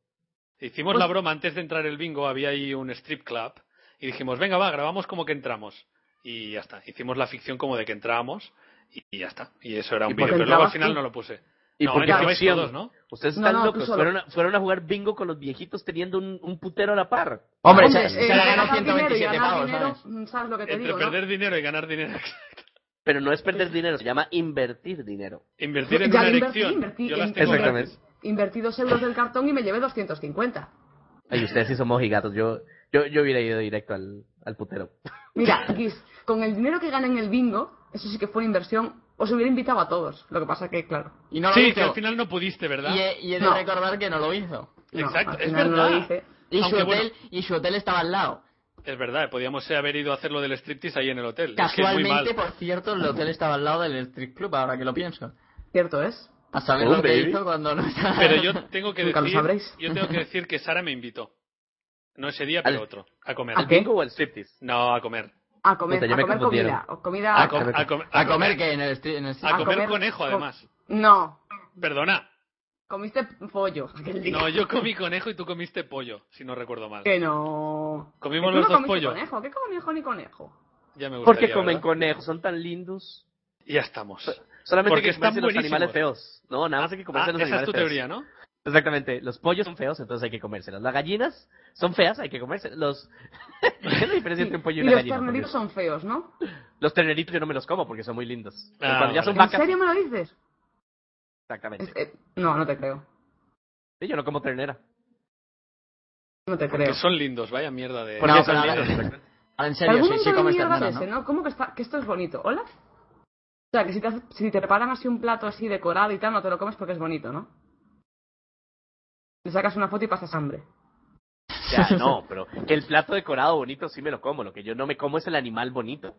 Hicimos
Pues
la broma antes de entrar el bingo, había ahí un strip club y dijimos, venga, va, grabamos como que entramos. Y ya está, hicimos la ficción como de que entrábamos y, y ya está. Y eso era
¿Y
un
por
vídeo,
qué
pero luego al
entrabas
final
tú?
no lo puse.
¿Y
no,
por qué
ahora vais
ficción?
todos, ¿no?
Ustedes
No,
están
no, tú
locos,
solo.
fueron a, fueron a jugar bingo con los viejitos teniendo un, un putero a la par.
Hombre,
Hombre,
se,
eh,
se la ganó
ganar dinero y
127
ganar
pavos,
dinero,
¿sabes?
mm, ¿sabes lo que te
Entre
digo, no?
perder dinero y ganar dinero.
Pero no es perder dinero, se llama invertir dinero.
Invertir en
Ya
una
invertí,
elección.
invertí,
Yo las
invertí.
tengo
Exactamente.
gratis.
Invertí dos euros del cartón y me llevé 250.
Ay, ustedes sí son mojigatos, yo, yo, yo hubiera ido directo al, al putero.
Mira, Guis, con el dinero que gané en el bingo, eso sí que fue una inversión, os hubiera invitado a todos. Lo que pasa que, claro.
Y no lo
Sí, que
hizo.
al final no pudiste, ¿verdad?
Y he, y he de
No.
recordar que no lo hizo.
no,
Exacto,
al
es
final no lo
verdad.
hice.
Y su,
Aunque,
hotel,
bueno.
y su hotel estaba al lado.
Es verdad, podíamos eh, haber ido a hacer lo del striptease ahí en el hotel. Es que es muy
Casualmente,
mal.
por cierto, el hotel estaba al lado del strip club, ahora que lo pienso.
Cierto es.
A saber
Oh,
lo que
baby.
hizo cuando no estaba.
pues,
Pero yo tengo que
Nunca lo
decir,
sabréis.
yo tengo que decir que Sara me invitó. No ese día, pero
Al-
otro. A comer.
¿A qué?
¿Bingo o el striptease?
No, a comer.
A comer,
Puta, ya
a
me
comer
confundieron.
comida. o comida
A, Ah, com- a com-
¿A comer qué? En el strip. En el
A
A
comer,
comer
conejo,
co-
además.
No,
Perdona.
comiste pollo aquel día.
No, yo comí conejo y tú comiste pollo, si no recuerdo mal.
Que no.
Comimos
¿Que tú
los
no
dos
comiste
pollo.
Conejo? ¿Qué conejo ni conejo?
Ya me
¿Por
gustaría,
qué comen
¿verdad?
conejos? Son tan lindos.
Ya estamos.
Solamente
Porque
hay que
están
comerse los
buenísimos.
animales feos. No, nada más hay que
Ah,
comerse los
esa es
animales
tu
feos.
teoría, ¿no?
Exactamente. Los pollos son feos, entonces hay que comérselos. Las gallinas son feas, hay que comérselos. Los... ¿Qué es la diferencia entre un pollo y,
y
una
los
gallina? por
terneritos
Dios?
son feos, ¿no?
Los terneritos yo no me los como porque son muy lindos. Pero
Ah,
cuando ya son
¿En
vacas,
serio me lo dices? Es
exactamente.
que- no, no te creo.
Sí, yo no como ternera.
No te
Que
creo.
son lindos, vaya mierda de...
Porque
No,
son
pero-
lindos, exactamente. Ah, en serio,
¿Algún
sí, sí
momento de
comes
mierda
ternera,
de
¿no?
ese, no? ¿Cómo que, está, que esto es bonito? ¿Hola? O sea, que si te, hace- si te preparan así un plato así decorado y tal, no te lo comes porque es bonito, ¿no? Le sacas una foto y pasas hambre.
Ya, no, pero que el plato decorado bonito sí me lo como. Lo que yo no me como es el animal bonito.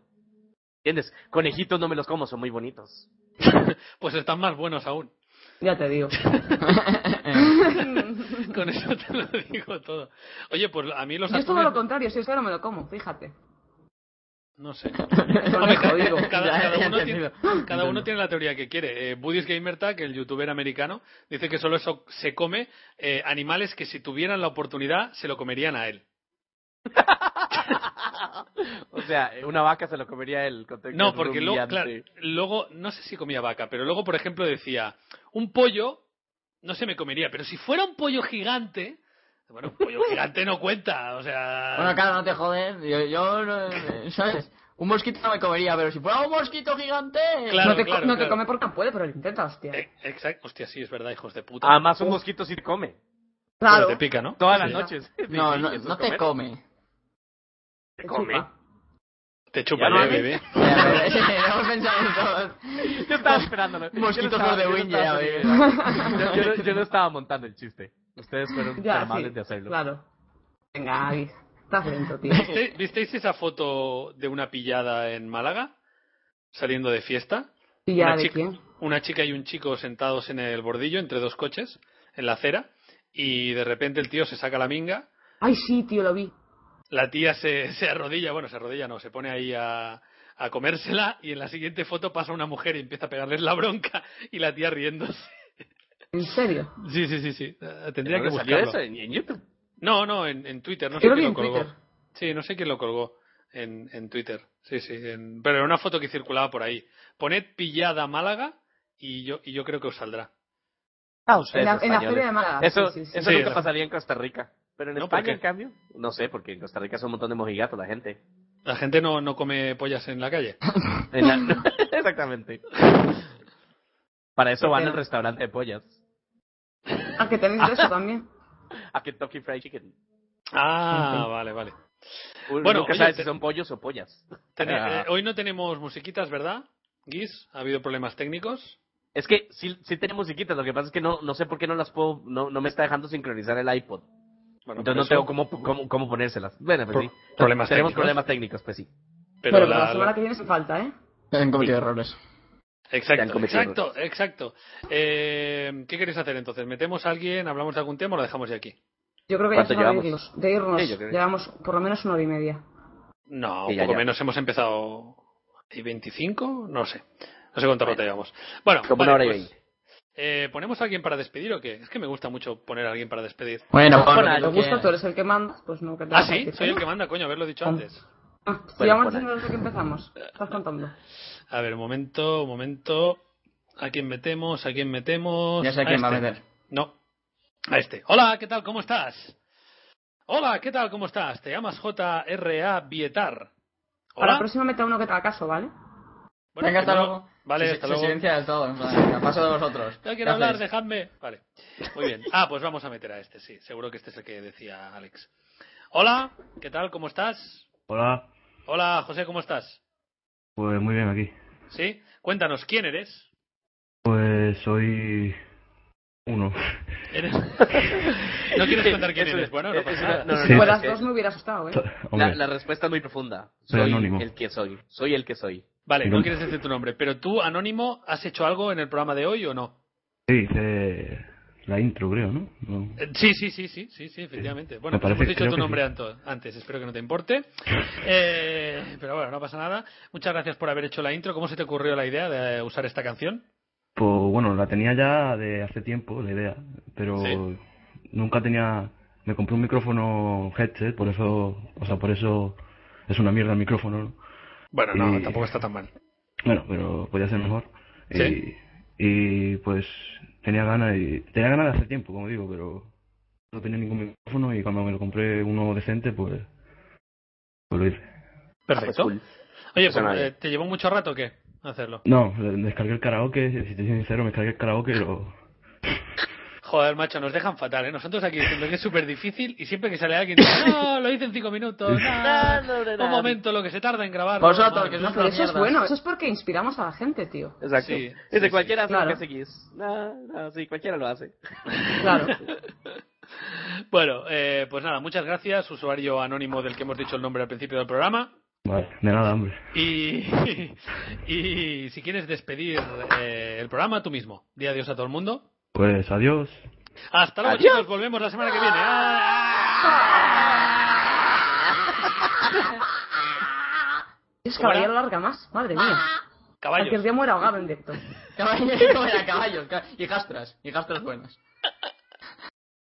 ¿Entiendes? Conejitos no me los como, son muy bonitos.
Pues están más buenos aún.
Ya te digo.
Con eso te lo digo todo. Oye, pues a mí los
Yo es todo
atunes-
lo contrario, si es que no me lo como, fíjate.
No sé. Hombre,
Conejo, digo.
cada, cada-
Ya,
cada
ya
uno tiene,
entendido.
cada uno tiene la teoría que quiere. Eh, Budis Gamertag, el youtuber americano, dice que solo eso se come eh, animales que si tuvieran la oportunidad se lo comerían a él.
O sea, una vaca se lo comería él. con todo el
No,
que
porque luego,
rumiante.
claro, luego, no sé si comía vaca, pero luego, por ejemplo, decía, un pollo no se me comería, pero si fuera un pollo gigante, Bueno, pollo gigante no cuenta, o sea...
Bueno, claro, no te jodes. Yo, yo no- ¿sabes? Un mosquito no me comería, pero si fuera un mosquito gigante.
Claro,
no te, co-
claro,
no
claro.
te come porque no puede, pero lo intenta, hostia.
eh, Exacto, hostia, sí, es verdad, hijos de puta.
Además, Ah, un mosquito sí te come.
Pero
claro.
te pica, ¿no?
Todas las
Sí.
noches.
No, no,
Eso es
no te
comer.
come.
Te
te
come.
chupa.
Te chupa
Ya lo
el
he
bebé.
Hemos pensado en todos.
Yo estaba esperándolo.
Mosquitos
Yo no estaba-
de
yo no
Winnie,
estaba
ya ves.
poniendo- yo, yo no, yo no estaba montando el chiste. Ustedes fueron
Ya,
tan amables
eh,
sí,
de hacerlo.
Claro. Venga, Agui. Estás lento, tío.
¿Viste- ¿Visteis esa foto de una pillada en Málaga? Saliendo de fiesta.
¿Y ya
una,
de
chica,
quién?
una chica y un chico sentados en el bordillo entre dos coches, en la acera, y de repente el tío se saca la minga,
Ay, sí, tío, lo vi.
la tía se, se arrodilla, bueno, se arrodilla no, se pone ahí a, a comérsela y en la siguiente foto pasa una mujer y empieza a pegarles la bronca y la tía riéndose.
¿En serio?
Sí, sí, sí, sí. Eh, Tendría que
¿Dónde salió
buscarlo.
eso? En, en YouTube.
No, no, en, en Twitter, no
Creo
sé
que
quién
en
lo colgó.
Twitter.
Sí, no sé quién lo colgó en, en Twitter. Sí, sí. en- pero era una foto que circulaba por ahí. Poned pillada Málaga y yo, y yo creo que os saldrá.
Ah,
En
ustedes
la, en la
españoles.
feria de Málaga.
Eso,
sí, sí, sí.
eso
Sí,
nunca
la-
pasaría en Costa Rica. Pero en
No, ¿por
España,
qué?
en cambio, no sé, porque en Costa Rica son un montón de mojigatos la gente.
La gente no, no come pollas en la calle.
En la- Exactamente. Para eso van
Pero-
al restaurante de pollas.
Ah, que tenéis de eso también.
A Kentucky Fried Chicken.
Ah, vale, vale.
Uno
Bueno,
nunca
oye,
sabe
te-
si son pollos o pollas.
Tene-
Ah.
eh, hoy no tenemos musiquitas, ¿verdad? Guis, ha habido problemas técnicos.
Es que sí, sí tiene musiquitas, lo que pasa es que no, no sé por qué no las puedo, no, no me está dejando sincronizar el iPod.
Bueno,
Entonces
por
no
eso-
tengo cómo, cómo, cómo ponérselas. Bueno, pues
Pro-
sí.
problemas
Tenemos
técnicos.
problemas técnicos, pues sí.
Pero
bueno, pero
la-
la semana
la-
que viene sin falta, ¿eh?
Han cometido errores.
Se han
Exacto,
cometido
exacto, exacto. Eh, ¿Qué queréis hacer entonces? ¿Metemos a alguien? ¿Hablamos de algún tema o lo dejamos ya aquí?
Yo creo que ya es
¿Cuánto
hora de
llevamos?
irnos. De irnos.
Sí, yo creo que-
Llevamos por lo menos una hora y media.
No,
Sí,
un
ya,
poco
ya.
menos. Hemos empezado. ¿Y 25? No sé. No sé cuánto rato llevamos. Bueno,
Como una
vale,
hora y
pues,
veinte.
eh, ¿ponemos a alguien para despedir o qué? Es que me gusta mucho poner a alguien para despedir.
Bueno,
Bueno,
bueno,
te gusta, tú eres el que manda, pues no, que te
Ah,
vas a
sí,
decir
soy el
no.
que manda, coño, haberlo dicho antes.
Ah, sí,
Bueno,
vamos
pon
diciendo desde que empezamos. Estás contando.
A ver, un momento, un momento. ¿A quién metemos? ¿A quién metemos?
Ya sé quién va a
este.
meter.
No. A este. Hola, ¿qué tal? ¿Cómo estás? Hola, ¿qué tal? ¿Cómo estás? Te llamas JRA Vietar.
Para
Hola.
la próxima mete a uno que te haga caso, ¿vale?
Bueno,
Venga, hasta
que no-
luego.
Vale,
Se-
hasta
se
luego.
silencia del todo. en plan, a paso de vosotros.
No
¿Qué
quiero hablar,
hacéis?
dejadme. Vale. Muy bien. Ah, pues vamos a meter a este, sí. Seguro que este es el que decía Alex. Hola, ¿qué tal? ¿Cómo estás?
Hola,
Hola, José, ¿cómo estás?
pues muy bien aquí.
¿Sí? Cuéntanos, ¿quién eres?
Pues soy uno.
¿Eres- no quieres contar quién
Es una-
eres. Bueno, no
es
pasa
una-
nada. pues
no, no,
Si
Sí.
no,
fueras
es que
dos me hubiera asustado, ¿eh?
la,
Hombre,
la respuesta es muy profunda.
Soy
Soy
anónimo.
el que soy. Soy el que soy.
Vale, no quieres decir tu nombre, pero tú, anónimo, ¿has hecho algo en el programa de hoy o no?
sí, hice la intro, creo, ¿no? No. Pues,
Eh, Sí, sí, sí, sí, sí, sí, efectivamente. Bueno,
Me
pues
parece-
hemos dicho
creo
tu
que
nombre
sí.
anto- antes, espero que no te importe. Eh, pero bueno, no pasa nada. Muchas gracias por haber hecho la intro. ¿Cómo se te ocurrió la idea de usar esta canción?
Pues bueno, la tenía ya de hace tiempo, la idea, pero
Sí.
nunca tenía... Me compré un micrófono headset, por eso... O sea, por eso es una mierda el micrófono, ¿no?
Bueno, no,
Y-
tampoco está tan mal.
Bueno, pero podía ser mejor.
Sí.
Y, y, pues tenía ganas y tenía ganas de hace tiempo, como digo, pero no tenía ningún micrófono y cuando me lo compré uno decente, pues, pues lo hice.
Perfecto.
Ah, pues cool.
Oye,
Eso
pues,
nadie.
eh, ¿te llevó mucho rato o qué hacerlo?
No, me descargué el karaoke, si te soy sincero, me descargué el karaoke y lo...
Joder, macho, nos dejan fatal, ¿eh? Nosotros aquí diciendo que es súper difícil y siempre que sale alguien dice, no, lo hice en cinco minutos, nah, un momento, lo que se tarda en grabar.
Vosotros, que
madre".
sois una
Pero eso es
mierda.
bueno, eso es porque inspiramos a la gente, tío.
Exacto.
Sí,
es
sí,
de
sí.
cualquiera hace lo
Claro.
que seguís. No, no, sí, cualquiera lo hace.
Claro.
Bueno, eh, pues nada, muchas gracias, usuario anónimo del que hemos dicho el nombre al principio del programa.
Vale, de nada, hombre.
Y, y si quieres despedir eh, el programa tú mismo, di adiós a todo el mundo.
Pues adiós.
Hasta luego,
Adiós.
chicos, volvemos la semana que viene. ¡Ah!
Es
¿Cómo era?
caballero larga más, madre mía. Cualquier
Caballos.
día muera ahogado en directo.
Caballos, ¿cómo era? Caballos, ca- y jastras, y jastras buenas.